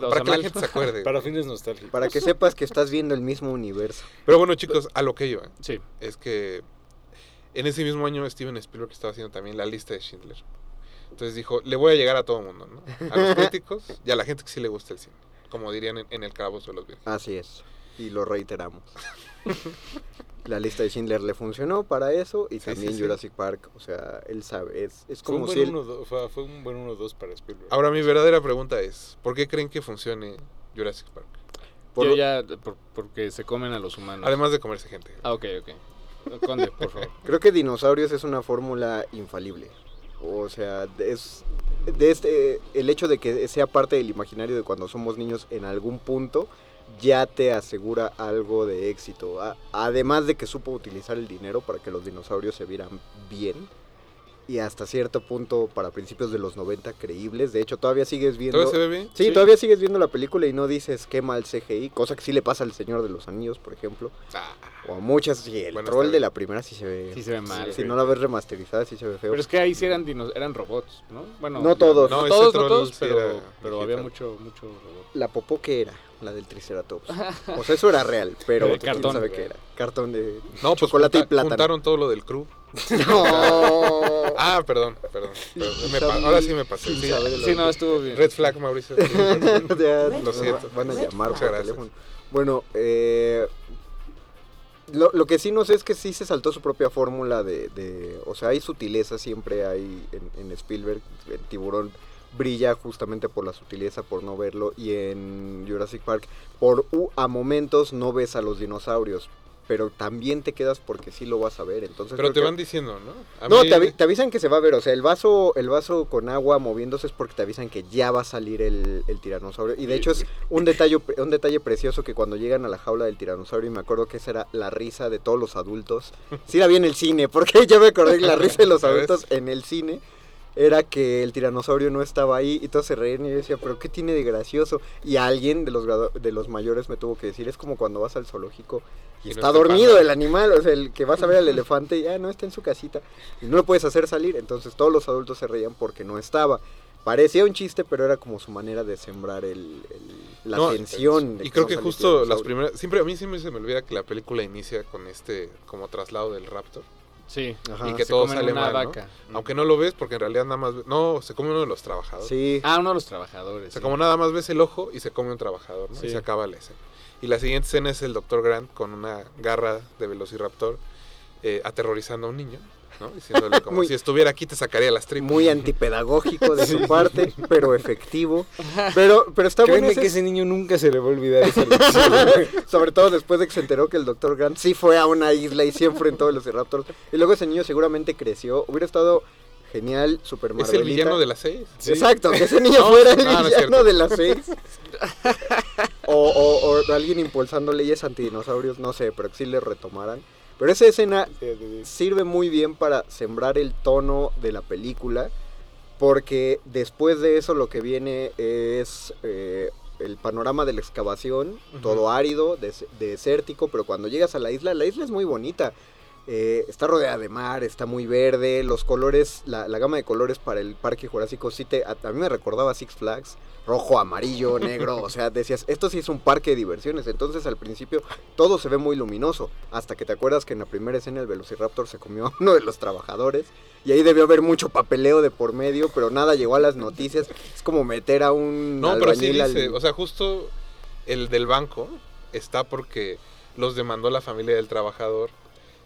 Speaker 1: para que la
Speaker 4: mal-
Speaker 1: gente se acuerde.
Speaker 2: Para fines nostálgicos.
Speaker 3: Para que sepas que estás viendo el mismo universo.
Speaker 1: Pero bueno, chicos, a lo que iba.
Speaker 4: Sí.
Speaker 1: es que en ese mismo año Steven Spielberg estaba haciendo también la lista de Schindler. Entonces dijo, le voy a llegar a todo el mundo, ¿no? A los críticos y a la gente que sí le gusta el cine, como dirían en, en el Calabozo de los Vírgenes.
Speaker 3: Así es. Y lo reiteramos. La lista de Schindler le funcionó para eso y
Speaker 1: Sí,
Speaker 3: también
Speaker 1: sí, sí.
Speaker 3: Jurassic Park. O sea, él sabe, es, es
Speaker 2: Fue un
Speaker 3: como
Speaker 2: buen
Speaker 3: si él...
Speaker 2: 1-2, fue- Fue un buen 1-2 para Spielberg.
Speaker 1: Ahora mi verdadera pregunta es, ¿por qué creen que funcione Jurassic Park?
Speaker 3: por
Speaker 4: Yo
Speaker 3: lo-
Speaker 4: ya, por- porque se comen a los humanos.
Speaker 1: Además de comerse gente.
Speaker 4: Ah, ok, ok. Conde, por favor.
Speaker 3: Creo que dinosaurios es una fórmula infalible. O sea, de- es de este el hecho de que sea parte del imaginario de cuando somos niños en algún punto ya te asegura algo de éxito. A- además de que supo utilizar el dinero para que los dinosaurios se vieran bien y hasta cierto punto para principios de los 90 creíbles. De hecho, todavía sigues viendo
Speaker 1: ¿Todo se ve bien?
Speaker 3: Sí,
Speaker 4: Sí.
Speaker 3: todavía sigues viendo la película y no dices qué mal CGI, cosa que sí le pasa al Señor de los Anillos, por ejemplo.
Speaker 1: Ah,
Speaker 3: O a muchas, sí, el
Speaker 1: Bueno, está
Speaker 3: troll de
Speaker 1: bien.
Speaker 3: la primera sí se ve.
Speaker 4: Sí se ve mal.
Speaker 3: Si
Speaker 4: güey.
Speaker 3: no la ves remasterizada, sí se ve feo.
Speaker 4: Pero es que ahí sí eran, dinos, eran robots, ¿no? Bueno,
Speaker 3: No todos.
Speaker 4: No,
Speaker 1: No, ese
Speaker 4: todos, no
Speaker 1: troll
Speaker 4: todos,
Speaker 1: sí
Speaker 4: pero,
Speaker 1: era
Speaker 4: pero había
Speaker 1: digital.
Speaker 4: mucho, mucho robot.
Speaker 3: La popó que era, la del Triceratops. O sea, eso era real, pero
Speaker 4: De
Speaker 3: quién
Speaker 4: cartón.
Speaker 3: sabe qué era. Cartón de...
Speaker 1: no, pues
Speaker 3: Chocolate y
Speaker 1: junta-
Speaker 3: plátano.
Speaker 1: juntaron todo lo del crew.
Speaker 3: No.
Speaker 1: Ah, perdón, perdón. perdón. Me pa- ahora sí me pasé. sí.
Speaker 4: Sí, no, estuvo bien.
Speaker 1: Red flag, Mauricio.
Speaker 3: Ya
Speaker 5: Lo
Speaker 3: nos
Speaker 1: siento.
Speaker 3: Van a llamar
Speaker 1: Muchas
Speaker 3: por
Speaker 1: gracias.
Speaker 3: teléfono. Bueno, eh, lo, lo que sí no sé es que sí se saltó su propia fórmula de, de- O sea, hay sutileza siempre hay en, en Spielberg. El tiburón brilla justamente por la sutileza, por no verlo. Y en Jurassic Park, por u- a momentos no ves a los dinosaurios. Pero también te quedas porque sí lo vas a ver. Entonces
Speaker 1: Pero
Speaker 3: creo
Speaker 1: te
Speaker 3: que-
Speaker 1: van diciendo, ¿no? A
Speaker 3: no,
Speaker 1: mí-
Speaker 3: te, avi- te avisan que se va a ver, o sea, el vaso, el vaso con agua moviéndose es porque te avisan que ya va a salir el, el tiranosaurio. Y de hecho es un detalle, un detalle precioso que cuando llegan a la jaula del tiranosaurio, y me acuerdo que esa era la risa de todos los adultos. Sí la vi en el cine, porque ya me acordé que la risa de los
Speaker 1: ¿Ya ves?
Speaker 3: adultos en el cine era que el tiranosaurio no estaba ahí y todos se reían y yo decía, pero ¿qué tiene de gracioso? Y alguien de los, gradu- de los mayores me tuvo que decir, es como cuando vas al zoológico
Speaker 1: Y
Speaker 3: y,
Speaker 1: no
Speaker 3: está
Speaker 1: está
Speaker 3: dormido
Speaker 1: panda.
Speaker 3: el animal, o sea, el que vas a ver al elefante y ah, no está en su casita y no lo puedes hacer salir, entonces todos los adultos se reían porque no estaba. Parecía un chiste, pero era como su manera de sembrar el, el- la
Speaker 1: No,
Speaker 3: tensión. de
Speaker 1: Y creo
Speaker 3: no
Speaker 1: que
Speaker 3: sale el
Speaker 1: justo las
Speaker 3: tiranosaurio.
Speaker 1: primeras. Siempre a mí siempre se me olvida que la película inicia con este como traslado del raptor.
Speaker 4: Sí.
Speaker 3: Ajá.
Speaker 1: y que
Speaker 4: se
Speaker 1: todo
Speaker 4: comen
Speaker 1: sale
Speaker 4: una
Speaker 1: mal, ¿no?
Speaker 4: vaca.
Speaker 1: Aunque no lo ves, porque en realidad nada más. ve- No, se come uno de los trabajadores.
Speaker 3: Sí,
Speaker 4: Ah, uno de los
Speaker 1: O
Speaker 4: trabajadores.
Speaker 1: sea,
Speaker 4: sí.
Speaker 1: como nada más ves el ojo y se come un trabajador, ¿no?
Speaker 4: Sí.
Speaker 1: Y se acaba la escena. Y la siguiente escena es el Dr. Grant con una garra de velociraptor eh, aterrorizando a un niño, ¿no? Diciéndole como
Speaker 3: Muy-
Speaker 1: si estuviera aquí te sacaría las tripas.
Speaker 3: Muy antipedagógico de su parte, pero efectivo. Pero, pero está bueno.
Speaker 2: Créeme
Speaker 3: ese-
Speaker 2: que ese niño nunca se le va a olvidar esa lección.
Speaker 3: Sobre todo después de que se enteró que el doctor Grant sí fue a una isla y sí enfrentó a los Raptors. Y luego ese niño seguramente creció. Hubiera estado genial, super
Speaker 1: Es el villano de
Speaker 3: Marvelita.
Speaker 1: las seis.
Speaker 3: Exacto, que ese niño fuera el
Speaker 1: no, no es
Speaker 3: villano
Speaker 1: cierto.
Speaker 3: de las seis. O, o- o alguien impulsando leyes antidinosaurios, no sé, pero que sí le retomaran. Pero esa escena sirve muy bien para sembrar el tono de la película, porque después de eso lo que viene es eh, el panorama de la excavación,
Speaker 1: Ujú.
Speaker 3: todo árido, des- desértico, pero cuando llegas a la isla, la isla es muy bonita. eh, está rodeada de mar, está muy verde, los colores, la, la gama de colores para el Parque Jurásico sí te, a, a mí me recordaba Six Flags, rojo, amarillo, negro, o sea, decías, esto sí es un parque de diversiones, entonces al principio todo se ve muy luminoso, hasta que te acuerdas que en la primera escena el Velociraptor se comió a uno de los trabajadores y ahí debió haber mucho papeleo de por medio, pero nada llegó a las noticias. Es como meter a un
Speaker 1: No, pero sí
Speaker 3: albañil al-
Speaker 1: dice, o sea, justo el del banco está porque los demandó la familia del trabajador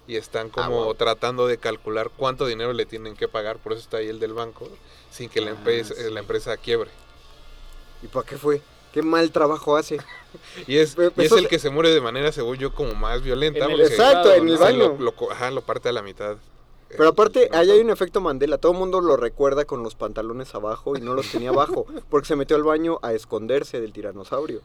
Speaker 1: y están como
Speaker 3: wow.
Speaker 1: tratando de calcular cuánto dinero le tienen que pagar, por eso está ahí el del banco, sin que la,
Speaker 3: Ah,
Speaker 1: empresa, eh,
Speaker 3: sí.
Speaker 1: la empresa quiebre.
Speaker 3: ¿Y para qué fue? Qué mal trabajo hace.
Speaker 1: Y es,
Speaker 3: Pero
Speaker 1: y es
Speaker 3: eso-
Speaker 1: el que se muere de manera, según yo, como más violenta.
Speaker 4: En el
Speaker 1: porque
Speaker 3: Exacto, en el
Speaker 1: se
Speaker 3: baño.
Speaker 1: Lo, lo co- ajá, lo parte a la mitad. Eh,
Speaker 3: Pero aparte, ahí
Speaker 1: allá
Speaker 3: hay un efecto Mandela. Todo el mundo lo recuerda con los pantalones abajo y no los tenía abajo, porque se metió al baño a esconderse del tiranosaurio.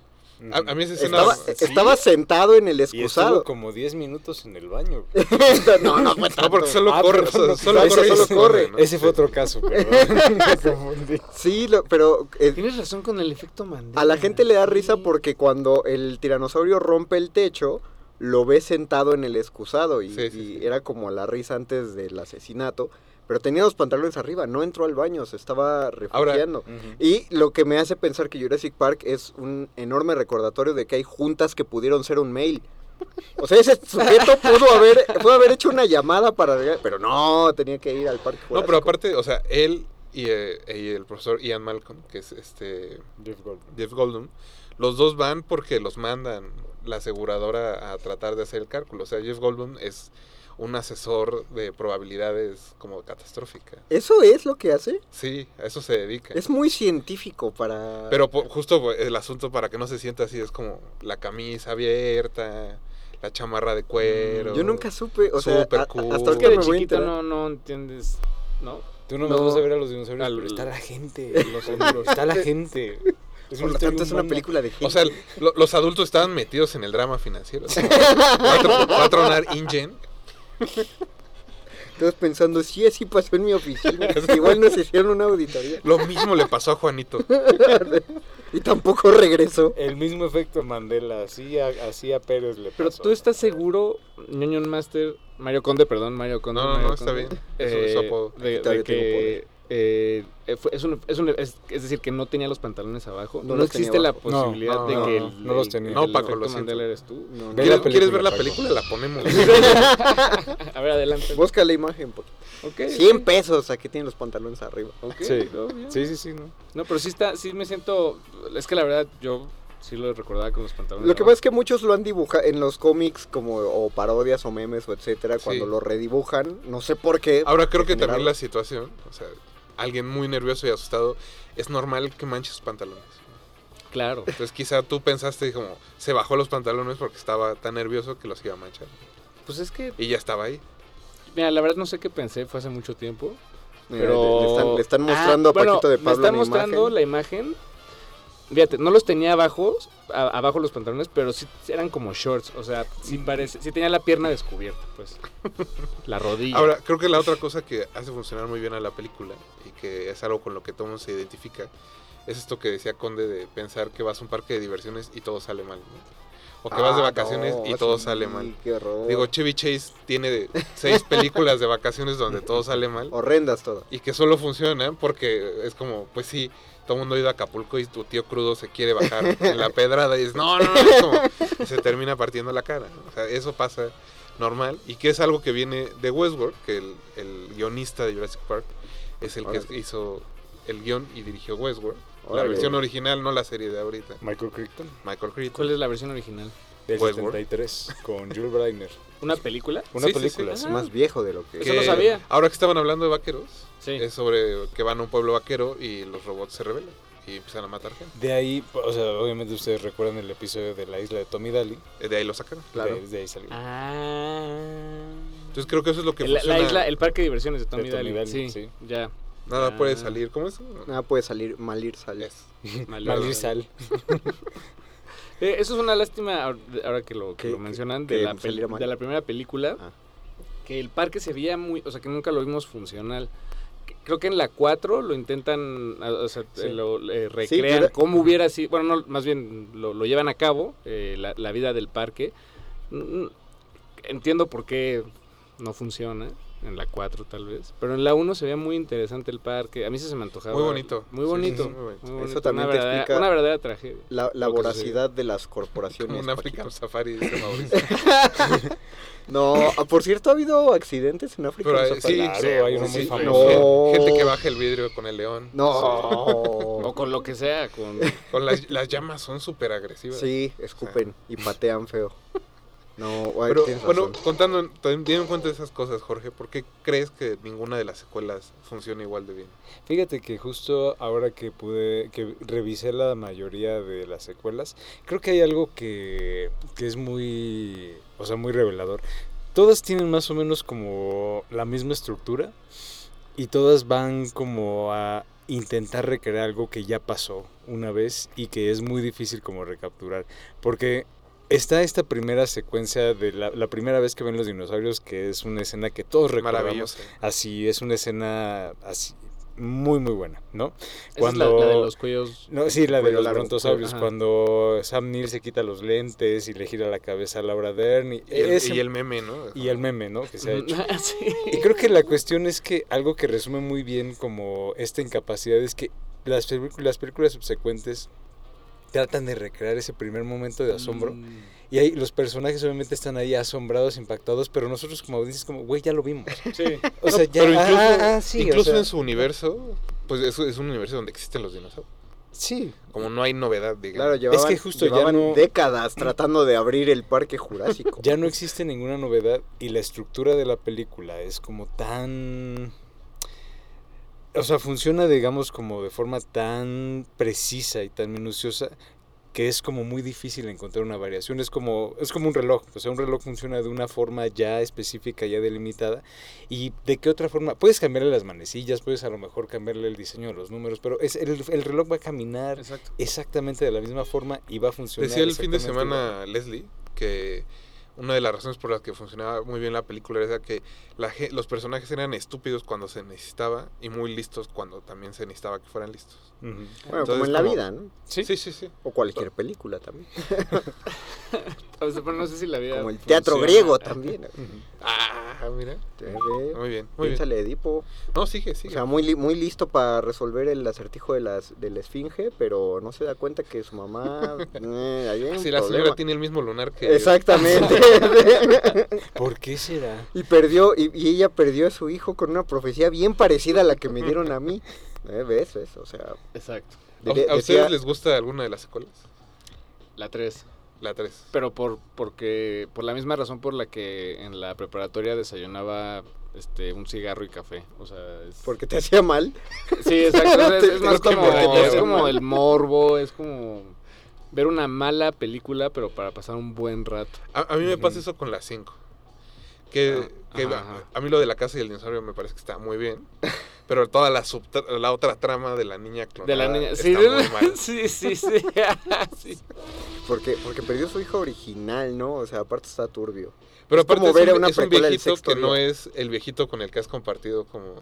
Speaker 1: A, a mí esa escena...
Speaker 3: Estaba,
Speaker 1: sí.
Speaker 3: estaba sentado en el
Speaker 2: Y estuvo
Speaker 3: excusado.
Speaker 2: como 10 minutos en el baño.
Speaker 3: no, no fue
Speaker 1: No, porque
Speaker 3: tanto.
Speaker 1: solo
Speaker 2: Ah,
Speaker 1: corre,
Speaker 2: perdón,
Speaker 1: o sea,
Speaker 2: no,
Speaker 1: solo,
Speaker 3: ese
Speaker 1: corre, y
Speaker 3: solo
Speaker 1: se
Speaker 3: corre.
Speaker 1: esconde, ¿no?
Speaker 2: Ese fue otro caso, perdón. Me confundí.
Speaker 3: Sí, lo- pero eh,
Speaker 4: Tienes razón con el efecto Mandela.
Speaker 3: A la gente le da risa
Speaker 4: Sí.
Speaker 3: porque cuando el tiranosaurio rompe el techo, lo ve sentado en el excusado y,
Speaker 1: Sí, sí,
Speaker 3: y
Speaker 1: sí.
Speaker 3: era como la risa antes del asesinato. Pero tenía los pantalones arriba, no entró al baño, se estaba refugiando.
Speaker 2: Ujú.
Speaker 3: Y lo que me hace pensar que Jurassic Park es un enorme recordatorio de que hay juntas que pudieron ser un mail. O sea, ese sujeto pudo haber, pudo haber hecho una llamada para... arreglar- Pero no, tenía que ir al parque.
Speaker 1: No, pero
Speaker 3: Jurásico.
Speaker 1: aparte, o sea, él y, eh, y el profesor Ian Malcolm, que es este
Speaker 2: Jeff Goldblum.
Speaker 1: Jeff Goldblum, los dos van porque los mandan la aseguradora a tratar de hacer el cálculo. O sea, Jeff Goldblum es un asesor de probabilidades como catastrófica.
Speaker 3: ¿Eso es lo que hace?
Speaker 1: Sí, a eso se dedica.
Speaker 3: Es muy científico para...
Speaker 1: Pero po- justo pues, el asunto para que no se sienta así es como la camisa abierta, la chamarra de cuero.
Speaker 3: Yo nunca supe, o sea,
Speaker 1: Súper
Speaker 3: a- a-
Speaker 1: cool.
Speaker 3: hasta
Speaker 4: Es que
Speaker 3: ahorita
Speaker 4: de
Speaker 3: me voy a
Speaker 4: chiquito no,
Speaker 3: enterar.
Speaker 4: no entiendes, ¿no?
Speaker 2: Tú no, vas a ver a los dinosaurios,
Speaker 4: Al-
Speaker 2: pero está la gente. lo seguro, está la gente. Es
Speaker 3: Por
Speaker 2: una
Speaker 3: lo
Speaker 2: historia
Speaker 3: tanto, es una
Speaker 2: humana.
Speaker 3: película de gente.
Speaker 1: O sea, lo- los adultos estaban metidos en el drama financiero. Cuatro, tronar Ingen.
Speaker 3: Todos pensando, sí, así pasó en mi oficina. Igual nos hicieron una auditoría.
Speaker 1: Lo mismo le pasó a Juanito.
Speaker 3: y tampoco regresó.
Speaker 2: El mismo efecto Mandela, así a, así a Pérez le pasó.
Speaker 4: Pero tú estás seguro, ñoño Master, Mario Conde, perdón, Mario Conde.
Speaker 1: No, no,
Speaker 4: Mario
Speaker 1: no, está
Speaker 4: Conde,
Speaker 1: bien. Es su-
Speaker 4: eh,
Speaker 1: su apodo.
Speaker 4: de-
Speaker 3: Aquí
Speaker 4: de
Speaker 3: todavía tengo poder.
Speaker 4: que eh, eh, fue- es, un- es un- es- es decir, que no tenía los pantalones abajo.
Speaker 3: No
Speaker 4: No,
Speaker 3: los tenía
Speaker 4: existe la
Speaker 3: abajo.
Speaker 2: No,
Speaker 4: posibilidad
Speaker 1: no,
Speaker 4: de
Speaker 1: no,
Speaker 4: que
Speaker 2: no,
Speaker 4: el,
Speaker 2: no los
Speaker 4: el-
Speaker 2: tenía.
Speaker 1: No,
Speaker 4: el
Speaker 1: Paco,
Speaker 4: efecto
Speaker 1: lo siento.
Speaker 4: Mandela eres tú.
Speaker 3: No,
Speaker 2: Ve
Speaker 3: no.
Speaker 1: ¿Quieres,
Speaker 2: la
Speaker 1: quieres ver la
Speaker 2: película,
Speaker 1: película? La ponemos.
Speaker 4: A ver, adelante.
Speaker 3: Busca la imagen. Por...
Speaker 4: Ok,
Speaker 3: 100 pesos, aquí tienen los pantalones arriba.
Speaker 4: ok,
Speaker 2: Sí.
Speaker 4: no, bien.
Speaker 2: Sí, sí, sí, ¿no?
Speaker 4: No, pero sí está, sí me siento, es que la verdad yo sí lo recordaba con los pantalones.
Speaker 3: Lo que pasa
Speaker 4: abajo.
Speaker 3: es que muchos lo han dibujado en los cómics como o parodias o memes o etcétera, cuando
Speaker 1: Sí.
Speaker 3: lo redibujan, no sé por qué.
Speaker 1: Ahora creo
Speaker 3: en
Speaker 1: que
Speaker 3: general.
Speaker 1: también la situación, o sea, alguien muy nervioso y asustado, es normal que manches sus pantalones.
Speaker 4: Claro.
Speaker 1: Entonces quizá tú pensaste como, se bajó los pantalones porque estaba tan nervioso que los iba a manchar.
Speaker 4: Pues es que,
Speaker 1: Y ya estaba ahí.
Speaker 4: mira, la verdad no sé qué pensé, fue hace mucho tiempo.
Speaker 3: Mira,
Speaker 4: Pero...
Speaker 3: eh, le, están, le están
Speaker 4: Ah,
Speaker 3: mostrando a
Speaker 4: bueno,
Speaker 3: Paquito de
Speaker 4: Me
Speaker 3: Pablo
Speaker 4: están
Speaker 3: una
Speaker 4: mostrando
Speaker 3: imagen.
Speaker 4: la imagen. Fíjate, no los tenía abajo, a- abajo los pantalones, pero sí eran como shorts. O sea, sí, parece, sí tenía la pierna descubierta, pues. La rodilla.
Speaker 1: Ahora, creo que la otra cosa que hace funcionar muy bien a la película y que es algo con lo que todo mundo se identifica, es esto que decía Conde de pensar que vas a un parque de diversiones y todo sale mal. ¿no? O que vas de
Speaker 3: Ah,
Speaker 1: vacaciones y
Speaker 3: no,
Speaker 1: todo
Speaker 3: sí,
Speaker 1: sale mal.
Speaker 3: Qué horror.
Speaker 1: Digo, Chevy Chase tiene seis películas de vacaciones donde todo sale mal.
Speaker 3: Horrendas todas.
Speaker 1: Y que solo funciona porque es como, pues sí, todo el mundo ha ido a Acapulco y tu tío crudo se quiere bajar en la pedrada y es, no, no, no, es como, y se termina partiendo la cara. ¿no? O sea, eso pasa normal y que es algo que viene de Westworld, que el, el guionista de Jurassic Park es el que
Speaker 3: Órale.
Speaker 1: hizo el guión y dirigió Westworld. La
Speaker 3: Órale.
Speaker 1: versión original, no la serie de ahorita.
Speaker 2: Michael Crichton.
Speaker 1: Michael Crichton.
Speaker 4: ¿Cuál es la versión original?
Speaker 2: del
Speaker 1: Westworld.
Speaker 2: 73 con Jules Breiner.
Speaker 4: ¿Una película?
Speaker 2: Una
Speaker 1: Sí, sí, sí.
Speaker 2: película.
Speaker 3: Es
Speaker 4: Ah.
Speaker 3: más viejo de lo que...
Speaker 4: Eso no sabía.
Speaker 1: Ahora que estaban hablando de vaqueros,
Speaker 4: Sí.
Speaker 1: es sobre que van a un pueblo vaquero y los robots se rebelan y empiezan a matar gente.
Speaker 2: De ahí, o sea, obviamente ustedes recuerdan el episodio de la isla de Tommy Daly.
Speaker 1: Eh, De ahí lo sacan.
Speaker 3: Claro.
Speaker 2: De, de ahí salió.
Speaker 4: Ah.
Speaker 1: Entonces creo que eso es lo que
Speaker 4: la, la
Speaker 1: funciona.
Speaker 4: isla, el parque de diversiones de Tommy,
Speaker 2: Tommy
Speaker 4: Daly.
Speaker 2: Daly,
Speaker 4: Sí,
Speaker 2: sí.
Speaker 4: ya.
Speaker 1: Nada
Speaker 4: Ah.
Speaker 1: puede salir. ¿Cómo es? No.
Speaker 3: Nada Ah, puede salir mal ir, sale.
Speaker 1: Es.
Speaker 4: Mal-
Speaker 2: Malvin Sal.
Speaker 4: Eh, eso es una lástima ahor- de- ahora que lo, que
Speaker 3: Que-
Speaker 4: lo
Speaker 3: que-
Speaker 4: mencionan
Speaker 3: que
Speaker 4: de, la peli-
Speaker 3: saliera mal.
Speaker 4: de la primera película.
Speaker 3: Ah.
Speaker 4: Que el parque se veía muy. O sea, que nunca lo vimos funcional. Que- Creo que en la 4 lo intentan, ah, o sea,
Speaker 3: Sí.
Speaker 4: lo eh,
Speaker 3: Sí,
Speaker 4: recrean
Speaker 3: pero-
Speaker 4: cómo hubiera sido, bueno, no, más bien lo, lo llevan a cabo, eh, la, la vida del parque. Mm, Entiendo por qué no funciona, en la 4 tal vez, pero en la 1 se veía muy interesante el parque, a mí sí se me antojaba.
Speaker 1: Muy bonito.
Speaker 4: Muy
Speaker 1: Sí,
Speaker 4: bonito.
Speaker 1: sí, sí, muy bonito.
Speaker 4: muy bonito,
Speaker 3: Eso también
Speaker 4: una
Speaker 3: te
Speaker 4: verdadera-
Speaker 3: explica-
Speaker 4: Una verdadera tragedia.
Speaker 3: La, la
Speaker 1: Lo que
Speaker 3: voracidad de las
Speaker 1: Como
Speaker 3: corporaciones.
Speaker 1: un
Speaker 3: Paquito.
Speaker 1: African Safari, dice Mauricio.
Speaker 3: No, ah, por cierto, ha habido accidentes en África.
Speaker 1: Pero
Speaker 3: en
Speaker 1: eh, sí,
Speaker 3: Zapala.
Speaker 2: sí, hay uno muy
Speaker 3: famoso.
Speaker 1: Gen- Gente
Speaker 3: No.
Speaker 1: que baja el vidrio con el león.
Speaker 4: O
Speaker 3: No.
Speaker 4: con lo que sea, con...
Speaker 1: Con las, las llamas son súper agresivas.
Speaker 3: Sí, escupen y patean feo. No, ay,
Speaker 1: Pero
Speaker 3: tienes
Speaker 1: bueno,
Speaker 3: razón.
Speaker 1: contando, también teniendo en cuenta esas cosas, Jorge, ¿por qué crees que ninguna de las secuelas funciona igual de bien?
Speaker 2: Fíjate que justo ahora que pude, que revisé la mayoría de las secuelas, creo que hay algo que, que es muy, o sea, muy revelador. Todas tienen más o menos como la misma estructura y todas van como a intentar recrear algo que ya pasó una vez y que es muy difícil como recapturar. Porque está esta primera secuencia de la, la primera vez que ven los dinosaurios, que es una escena que todos recordamos
Speaker 1: Maravilloso.
Speaker 2: así es una escena así muy muy buena, ¿no?
Speaker 4: Esa es la-
Speaker 2: Cuando-
Speaker 4: la, de los cuellos...
Speaker 2: No, sí, la de
Speaker 3: Cuello
Speaker 2: los
Speaker 3: largo.
Speaker 2: brontosaurios,
Speaker 4: Ajá.
Speaker 2: cuando Sam Neill se quita los lentes y le gira la cabeza a Laura Dern y,
Speaker 1: Y
Speaker 3: Eh,
Speaker 1: el,
Speaker 2: ese-
Speaker 1: y el meme, ¿no?
Speaker 2: y el meme, ¿no? Que se ha hecho.
Speaker 4: Ah, sí.
Speaker 2: Y creo que la cuestión es que algo que resume muy bien como esta incapacidad es que las, películ- las películas subsecuentes tratan de recrear ese primer momento de asombro
Speaker 4: Mm.
Speaker 2: y ahí los personajes obviamente están ahí asombrados, impactados, pero nosotros como audiencias como, güey, ya lo vimos.
Speaker 4: Sí.
Speaker 2: O sea, ya
Speaker 1: Pero incluso,
Speaker 2: ah, ah, sí, o
Speaker 1: incluso
Speaker 2: sea,
Speaker 1: en su universo, pues es, es un universo donde existen los dinosaurios.
Speaker 2: sí,
Speaker 1: Como no hay novedad,
Speaker 3: Claro,
Speaker 1: digamos.
Speaker 3: llevaban,
Speaker 2: que justo ya
Speaker 3: llevaban
Speaker 2: no-
Speaker 3: décadas tratando de abrir el parque jurásico.
Speaker 2: Ya no existe ninguna novedad y la estructura de la película es como tan... O sea, funciona, digamos, como de forma tan precisa y tan minuciosa que es como muy difícil encontrar una variación. Es como, es como un reloj. O sea, un reloj funciona de una forma ya específica, ya delimitada. ¿Y de qué otra forma? Puedes cambiarle las manecillas, puedes a lo mejor cambiarle el diseño de los números, pero es, el, el reloj va a caminar
Speaker 4: Exacto.
Speaker 2: exactamente de la misma forma y va a funcionar.
Speaker 1: Decía el fin de
Speaker 2: exactamente igual.
Speaker 1: semana Leslie que una de las razones por las que funcionaba muy bien la película era que la ge- los personajes eran estúpidos cuando se necesitaba y muy listos cuando también se necesitaba que fueran listos.
Speaker 2: Ujú.
Speaker 3: bueno,
Speaker 1: entonces,
Speaker 3: como en la
Speaker 1: como-
Speaker 3: vida, ¿no?
Speaker 1: Sí, sí, sí. sí.
Speaker 3: O cualquier película también.
Speaker 4: O sea, pero no sé si la vida...
Speaker 3: Como el teatro
Speaker 4: funciona.
Speaker 3: griego también.
Speaker 1: Ah, mira.
Speaker 3: Te ve,
Speaker 1: Muy bien, muy bien.
Speaker 3: Piénsale, Edipo.
Speaker 1: No, sigue,
Speaker 3: O
Speaker 1: sigue.
Speaker 3: sea, muy, li- muy listo para resolver el acertijo de, las, de la esfinge, pero no se da cuenta que su mamá... eh, ahí hay un
Speaker 1: si la
Speaker 3: problema.
Speaker 1: señora tiene el mismo lunar que...
Speaker 3: Exactamente.
Speaker 2: ¿Por qué será?
Speaker 3: y perdió, y, y ella perdió a su hijo con una profecía bien parecida a la que me dieron a mí. Eh, ¿Ves? ¿Ves? O sea,
Speaker 4: Exacto.
Speaker 1: ¿A,
Speaker 3: dire-
Speaker 1: a
Speaker 3: decía-
Speaker 1: ustedes les gusta alguna de las secuelas?
Speaker 4: La 3.
Speaker 1: La 3.
Speaker 4: Pero por, porque, por la misma razón por la que en la preparatoria desayunaba este, un cigarro y café. O sea, es...
Speaker 3: porque te hacía mal.
Speaker 4: Sí, exacto. Es, es
Speaker 3: Te-
Speaker 4: más
Speaker 3: te-
Speaker 4: como,
Speaker 3: te-
Speaker 4: es como el morbo, es como ver una mala película, pero para pasar un buen rato.
Speaker 1: A, a mí me pasa eso con la 5. Que,
Speaker 4: Ah,
Speaker 1: que
Speaker 4: ajá,
Speaker 1: a-
Speaker 4: ajá.
Speaker 1: a mí lo de la casa y el dinosaurio me parece que está muy bien. Pero toda la, subtra- la otra trama de la niña
Speaker 4: De
Speaker 1: clonada
Speaker 4: la niña.
Speaker 1: está
Speaker 4: Sí,
Speaker 1: muy mal.
Speaker 4: sí, sí, sí. sí.
Speaker 3: Porque, porque perdió su hijo original, ¿no? O sea, aparte está turbio.
Speaker 1: Pero
Speaker 3: Es como
Speaker 1: aparte es,
Speaker 3: ver a
Speaker 1: un,
Speaker 3: una
Speaker 1: es un
Speaker 3: precuela del
Speaker 1: viejito
Speaker 3: sexto
Speaker 1: que no
Speaker 3: día.
Speaker 1: es el viejito con el que has compartido como,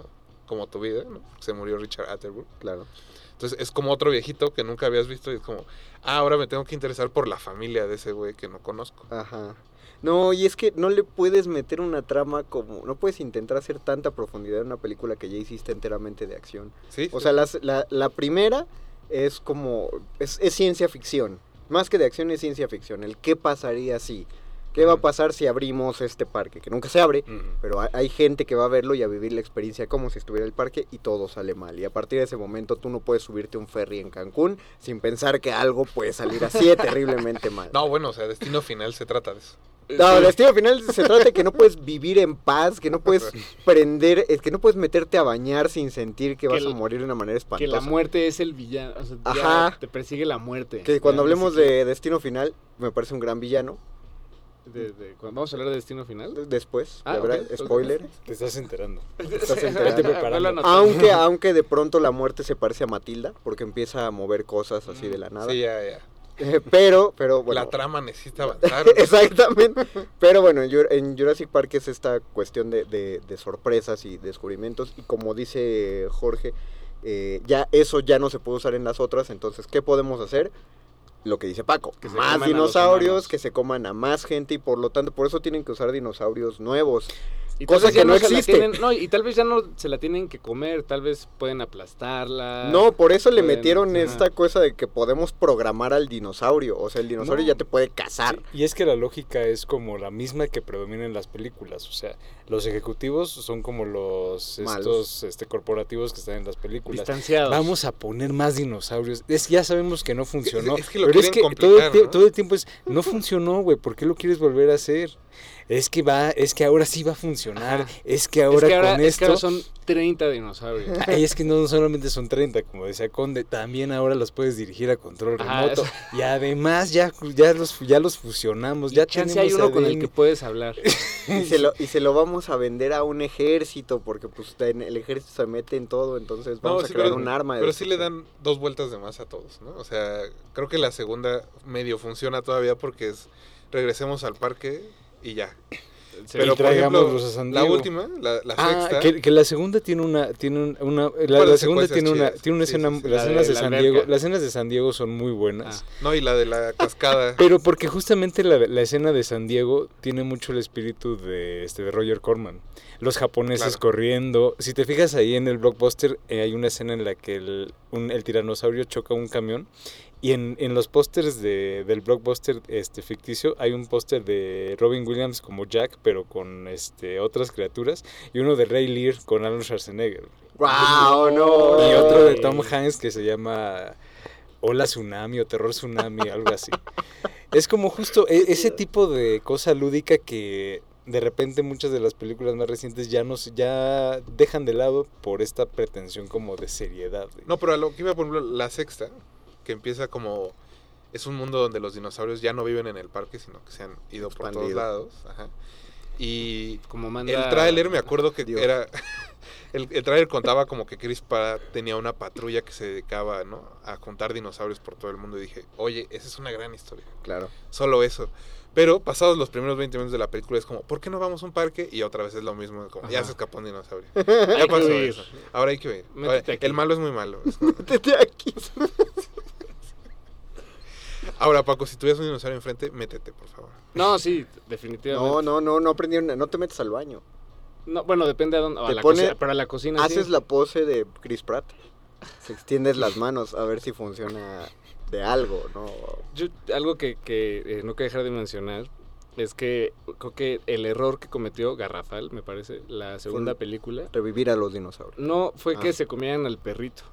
Speaker 1: como tu vida. ¿no? Se murió Richard Attenborough.
Speaker 3: Claro.
Speaker 1: Entonces es como otro viejito que nunca habías visto y es como, ah, ahora me tengo que interesar por la familia de ese güey que no conozco.
Speaker 3: Ajá. No, y es que no le puedes meter una trama como... No puedes intentar hacer tanta profundidad en una película que ya hiciste enteramente de acción.
Speaker 1: ¿Sí?
Speaker 3: O sea, las- la, la primera es como... Es, es ciencia ficción. Más que de acción es ciencia ficción. El qué pasaría si... ¿Qué va a pasar si abrimos este parque? Que nunca se abre, pero hay, hay gente que va a verlo y a vivir la experiencia como si estuviera el parque y todo sale mal. Y a partir de ese momento tú no puedes subirte a un ferry en Cancún sin pensar que algo puede salir así de terriblemente mal.
Speaker 1: No, bueno, o sea, destino final se trata de eso.
Speaker 3: No, el destino final se trata de que no puedes vivir en paz, que no puedes prender, es que no puedes meterte a bañar sin sentir que, vas
Speaker 4: la-
Speaker 3: a morir de una manera espantosa.
Speaker 4: Que la muerte es el villano. o sea, ya
Speaker 3: Ajá.
Speaker 4: Te persigue la muerte.
Speaker 3: Que cuando
Speaker 4: Ya ni
Speaker 3: hablemos
Speaker 4: siquiera-
Speaker 3: de Destino Final, me parece un gran villano.
Speaker 4: de- de- cuando vamos a hablar de Destino Final.
Speaker 3: Después,
Speaker 4: Ah,
Speaker 3: la verdad,
Speaker 4: ok.
Speaker 3: spoiler.
Speaker 2: Te estás enterando.
Speaker 3: Estás enterado.
Speaker 4: Vete preparando.
Speaker 2: Anota.
Speaker 3: Aunque, aunque de pronto la muerte se parece a Matilda, porque empieza a mover cosas así
Speaker 4: Mm,
Speaker 3: de la nada.
Speaker 1: Sí, ya, ya.
Speaker 3: Eh, pero, pero bueno.
Speaker 1: La trama necesita avanzar.
Speaker 3: Exactamente. Pero bueno, en Jur- en Jurassic Park es esta cuestión de, de- de sorpresas y descubrimientos. Y como dice Jorge, eh, ya eso ya no se puede usar en las otras. Entonces, ¿qué podemos hacer? Lo que dice Paco,
Speaker 4: Que se
Speaker 3: más
Speaker 4: coman a los
Speaker 3: dinosaurios,
Speaker 4: humanos.
Speaker 3: que se coman a más gente y por lo tanto, por eso tienen que usar dinosaurios nuevos.
Speaker 4: Y tal
Speaker 3: cosa
Speaker 4: vez ya
Speaker 3: que no
Speaker 4: se la
Speaker 3: existe.
Speaker 4: tienen- no, y tal vez ya no se la tienen que comer. Tal vez pueden aplastarla.
Speaker 3: No, por eso le
Speaker 4: Ah, pueden-
Speaker 3: metieron
Speaker 4: ajá.
Speaker 3: esta cosa de que podemos programar al dinosaurio. O sea, el dinosaurio
Speaker 2: No.
Speaker 3: ya te puede cazar.
Speaker 2: Y es que la lógica es como la misma que predomina en las películas. O sea, los ejecutivos son como los
Speaker 3: Malos.
Speaker 2: estos este, corporativos que están en las películas.
Speaker 4: Distanciados.
Speaker 2: Vamos a poner más dinosaurios. Es, ya sabemos que no funcionó.
Speaker 1: Es- es que lo
Speaker 2: pero es que
Speaker 1: quieren
Speaker 2: todo el,
Speaker 1: complicar,
Speaker 2: tie-
Speaker 1: ¿no?
Speaker 2: todo el tiempo es, no funcionó, güey. ¿Por qué lo quieres volver a hacer? Es que va, es que ahora sí va a funcionar.
Speaker 4: Ajá.
Speaker 2: Es que ahora
Speaker 4: es que ahora,
Speaker 2: con
Speaker 4: es que ahora
Speaker 2: esto.
Speaker 4: son 30 dinosaurios.
Speaker 2: Ay, es que no solamente son 30, como decía Conde, también ahora los puedes dirigir a control
Speaker 4: Ajá,
Speaker 2: remoto. Y además ya, ya, los, ya los fusionamos,
Speaker 4: Y
Speaker 2: Pues ya
Speaker 4: chance
Speaker 2: tenemos
Speaker 4: hay uno con el
Speaker 2: ADN.
Speaker 4: que puedes hablar.
Speaker 3: Y se, lo, y se lo vamos a vender a un ejército, porque pues en el ejército se mete en todo, entonces vamos
Speaker 1: No,
Speaker 3: a
Speaker 1: sí,
Speaker 3: crear
Speaker 1: pero-
Speaker 3: un arma. de
Speaker 1: Pero sí le
Speaker 3: destrucción.
Speaker 1: dan dos vueltas de más a todos, ¿no? O sea, creo que la segunda medio funciona todavía porque es regresemos al parque y ya. Pero
Speaker 2: y
Speaker 1: por
Speaker 2: traigamos
Speaker 1: ejemplo,
Speaker 2: los a San
Speaker 1: la
Speaker 2: Diego.
Speaker 1: última, la, la
Speaker 2: Ah,
Speaker 1: sexta.
Speaker 2: que, que la segunda tiene una tiene un- una la,
Speaker 1: Par de
Speaker 2: la segunda
Speaker 1: secuencias
Speaker 2: tiene una
Speaker 1: chidas.
Speaker 2: tiene una
Speaker 1: Sí, sí,
Speaker 2: escena
Speaker 1: sí.
Speaker 2: las
Speaker 4: La de
Speaker 2: escenas de,
Speaker 4: la
Speaker 2: San
Speaker 4: alberca.
Speaker 2: Diego las escenas de San Diego son muy buenas
Speaker 1: No, y la de la cascada.
Speaker 2: pero porque justamente la, la escena de San Diego tiene mucho el espíritu de este de Roger Corman los japoneses
Speaker 1: Claro.
Speaker 2: corriendo si te fijas ahí en el blockbuster eh, hay una escena en la que el, un- el tiranosaurio choca un camión y en, en los pósters de, del blockbuster este, ficticio hay un póster de Robin Williams como Jack, pero con este, otras criaturas, y uno de Ray Lear con Arnold Schwarzenegger.
Speaker 3: ¡Guau! no.
Speaker 2: Y otro de
Speaker 4: Órale.
Speaker 2: Tom Hanks que se llama Hola Tsunami o Terror Tsunami, algo así. Es como justo e- ese tipo de cosa lúdica que de repente muchas de las películas más recientes ya nos ya dejan de lado por esta pretensión como de seriedad. güey.
Speaker 1: No, pero a lo que iba, por ejemplo, la sexta, que empieza como. Es un mundo donde los dinosaurios ya no viven en el parque, sino que se han ido por todos
Speaker 3: Expandido.
Speaker 1: lados. Ajá. Y
Speaker 4: Como manda...
Speaker 1: el tráiler, me acuerdo que
Speaker 3: Dios.
Speaker 1: era. El, el tráiler contaba como que Chris Pratt tenía una patrulla que se dedicaba, ¿no? A juntar dinosaurios por todo el mundo. Y dije, oye, esa es una gran historia.
Speaker 3: Claro.
Speaker 1: Solo eso. Pero pasados los primeros 20 minutos de la película es como, ¿por qué no vamos a un parque? Y otra vez es lo mismo, como, ya
Speaker 4: Ajá.
Speaker 1: se escapó un dinosaurio.
Speaker 4: Hay
Speaker 1: Ya
Speaker 4: que
Speaker 1: pasó
Speaker 4: huir.
Speaker 1: eso. Ahora hay que ver.
Speaker 4: Métete
Speaker 1: Ahora,
Speaker 4: aquí.
Speaker 1: El malo es muy malo. Es-
Speaker 3: Desde aquí.
Speaker 1: Ahora, Paco, si tuvieras un dinosaurio enfrente, métete, por favor.
Speaker 4: No, sí,
Speaker 3: No,
Speaker 4: definitivamente.
Speaker 3: no, no, no aprendieron nada. No te metes al baño.
Speaker 4: No, bueno, depende a dónde. o a
Speaker 3: Te
Speaker 4: la
Speaker 3: pone-
Speaker 4: cocina, pero a la cocina sí.
Speaker 3: Haces la pose de Chris Pratt. Se extiendes las manos a ver si funciona de algo, ¿no?
Speaker 4: Yo- algo que, que, eh, no quiero dejar de mencionar es que creo que el error que cometió Garrafal, me parece, la segunda
Speaker 3: un-
Speaker 4: película,
Speaker 3: Revivir a los dinosaurios.
Speaker 4: no fue que
Speaker 3: Ah.
Speaker 4: se comieran al perrito.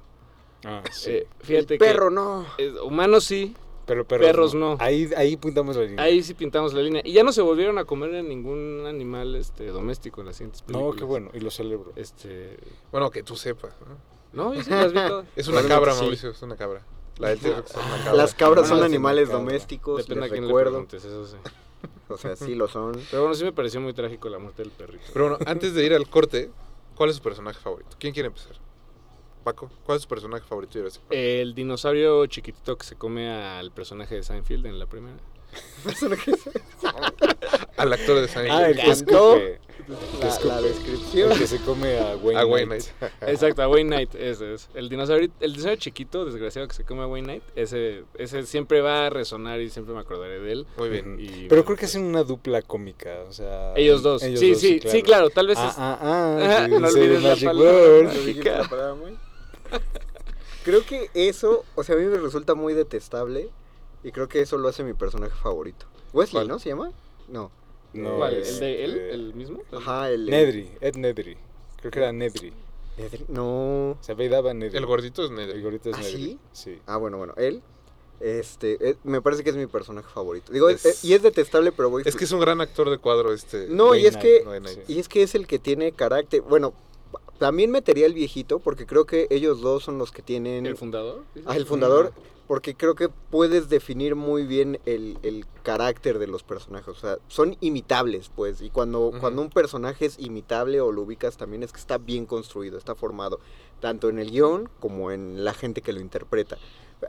Speaker 2: Ah, sí.
Speaker 4: Eh, fíjate
Speaker 3: El perro, no.
Speaker 4: que... eh, humanos sí,
Speaker 2: pero perros,
Speaker 4: perros
Speaker 2: no.
Speaker 4: no.
Speaker 2: Ahí ahí pintamos la línea.
Speaker 4: ahí sí pintamos la línea. Y ya no se volvieron a comer a ningún animal este, doméstico en las siguientes
Speaker 2: no,
Speaker 4: películas.
Speaker 2: qué bueno, y lo celebro.
Speaker 4: Este,
Speaker 1: Bueno, que tú sepas. ¿no?
Speaker 4: no, yo sí las vi todas.
Speaker 1: Es una
Speaker 3: Probablemente
Speaker 1: cabra,
Speaker 3: sí.
Speaker 1: Mauricio, es una cabra. La del T-Rex es una cabra.
Speaker 3: Las cabras son
Speaker 2: Cabras de
Speaker 3: animales
Speaker 2: cabra.
Speaker 3: domésticos,
Speaker 4: Depende a
Speaker 3: les
Speaker 4: quién le
Speaker 3: recuerdo.
Speaker 4: preguntes, eso sí.
Speaker 3: O sea, sí lo son.
Speaker 4: Pero bueno, sí me pareció muy trágico la muerte del perrito.
Speaker 1: Pero bueno, antes de ir al corte, ¿cuál es su personaje favorito? ¿Quién quiere empezar? Paco, ¿cuál es su personaje favorito de Jurassic Park?
Speaker 4: El dinosaurio chiquitito que se come al personaje de Seinfeld en la primera.
Speaker 1: Al actor de San
Speaker 2: Ah, el que
Speaker 3: encantó.
Speaker 2: escupe,
Speaker 3: La, la descripción.
Speaker 2: el que se come a Wayne.
Speaker 1: A Ah, Wayne
Speaker 2: Knight.
Speaker 1: Knight.
Speaker 4: Exacto, a Wayne Knight, ese es. El dinosaurio, el dinosaurio chiquito, desgraciado, que se come a Wayne Knight, ese, ese siempre va a resonar y siempre me acordaré de él.
Speaker 1: Muy bien.
Speaker 4: Y,
Speaker 2: Pero
Speaker 4: bueno, pues,
Speaker 2: creo que hacen una dupla cómica, o sea...
Speaker 4: Ellos dos. sí, sí, sí, claro, tal vez
Speaker 2: Ah,
Speaker 4: es-
Speaker 2: ah, ah,
Speaker 4: Ajá,
Speaker 2: you
Speaker 4: no
Speaker 2: say
Speaker 4: olvides la
Speaker 2: magic
Speaker 4: palabra
Speaker 2: word.
Speaker 3: Así que la palabra muy- Creo que eso, o sea, a mí me resulta muy detestable y creo que eso lo hace mi personaje favorito. Wesley,
Speaker 1: ¿Cuál?
Speaker 3: ¿no? ¿Se llama? No.
Speaker 2: No,
Speaker 4: ¿Cuál?
Speaker 2: es,
Speaker 4: ¿El
Speaker 1: este,
Speaker 4: de él?
Speaker 2: eh,
Speaker 4: ¿El mismo?
Speaker 3: Ajá, el.
Speaker 2: Nedry, Ed Nedry. Creo que era Nedry.
Speaker 3: Nedry- No.
Speaker 2: Se apellidaba Nedry.
Speaker 1: El gordito es
Speaker 2: El
Speaker 1: Nedry.
Speaker 2: gordito es
Speaker 3: ¿Ah,
Speaker 2: Nedry.
Speaker 3: sí?
Speaker 2: Sí.
Speaker 3: Ah, bueno, bueno. Él. Este. eh, me parece que es mi personaje favorito. Digo, es-
Speaker 1: Es-
Speaker 3: eh, y es detestable, pero voy.
Speaker 1: Es que es un gran actor de cuadro este.
Speaker 3: No, y
Speaker 2: Wayne
Speaker 3: es que.
Speaker 1: Knight, Wayne Knight.
Speaker 3: Y es que es el que tiene carácter. Bueno, también metería el viejito, porque creo que ellos dos son los que tienen.
Speaker 4: ¿El fundador?
Speaker 3: Ah, el fundador, porque creo que puedes definir muy bien el, el carácter de los personajes. O sea, son imitables, pues. Y cuando,
Speaker 1: Ujú.
Speaker 3: cuando un personaje es imitable o lo ubicas también es que está bien construido, está formado. Tanto en el guión como en la gente que lo interpreta.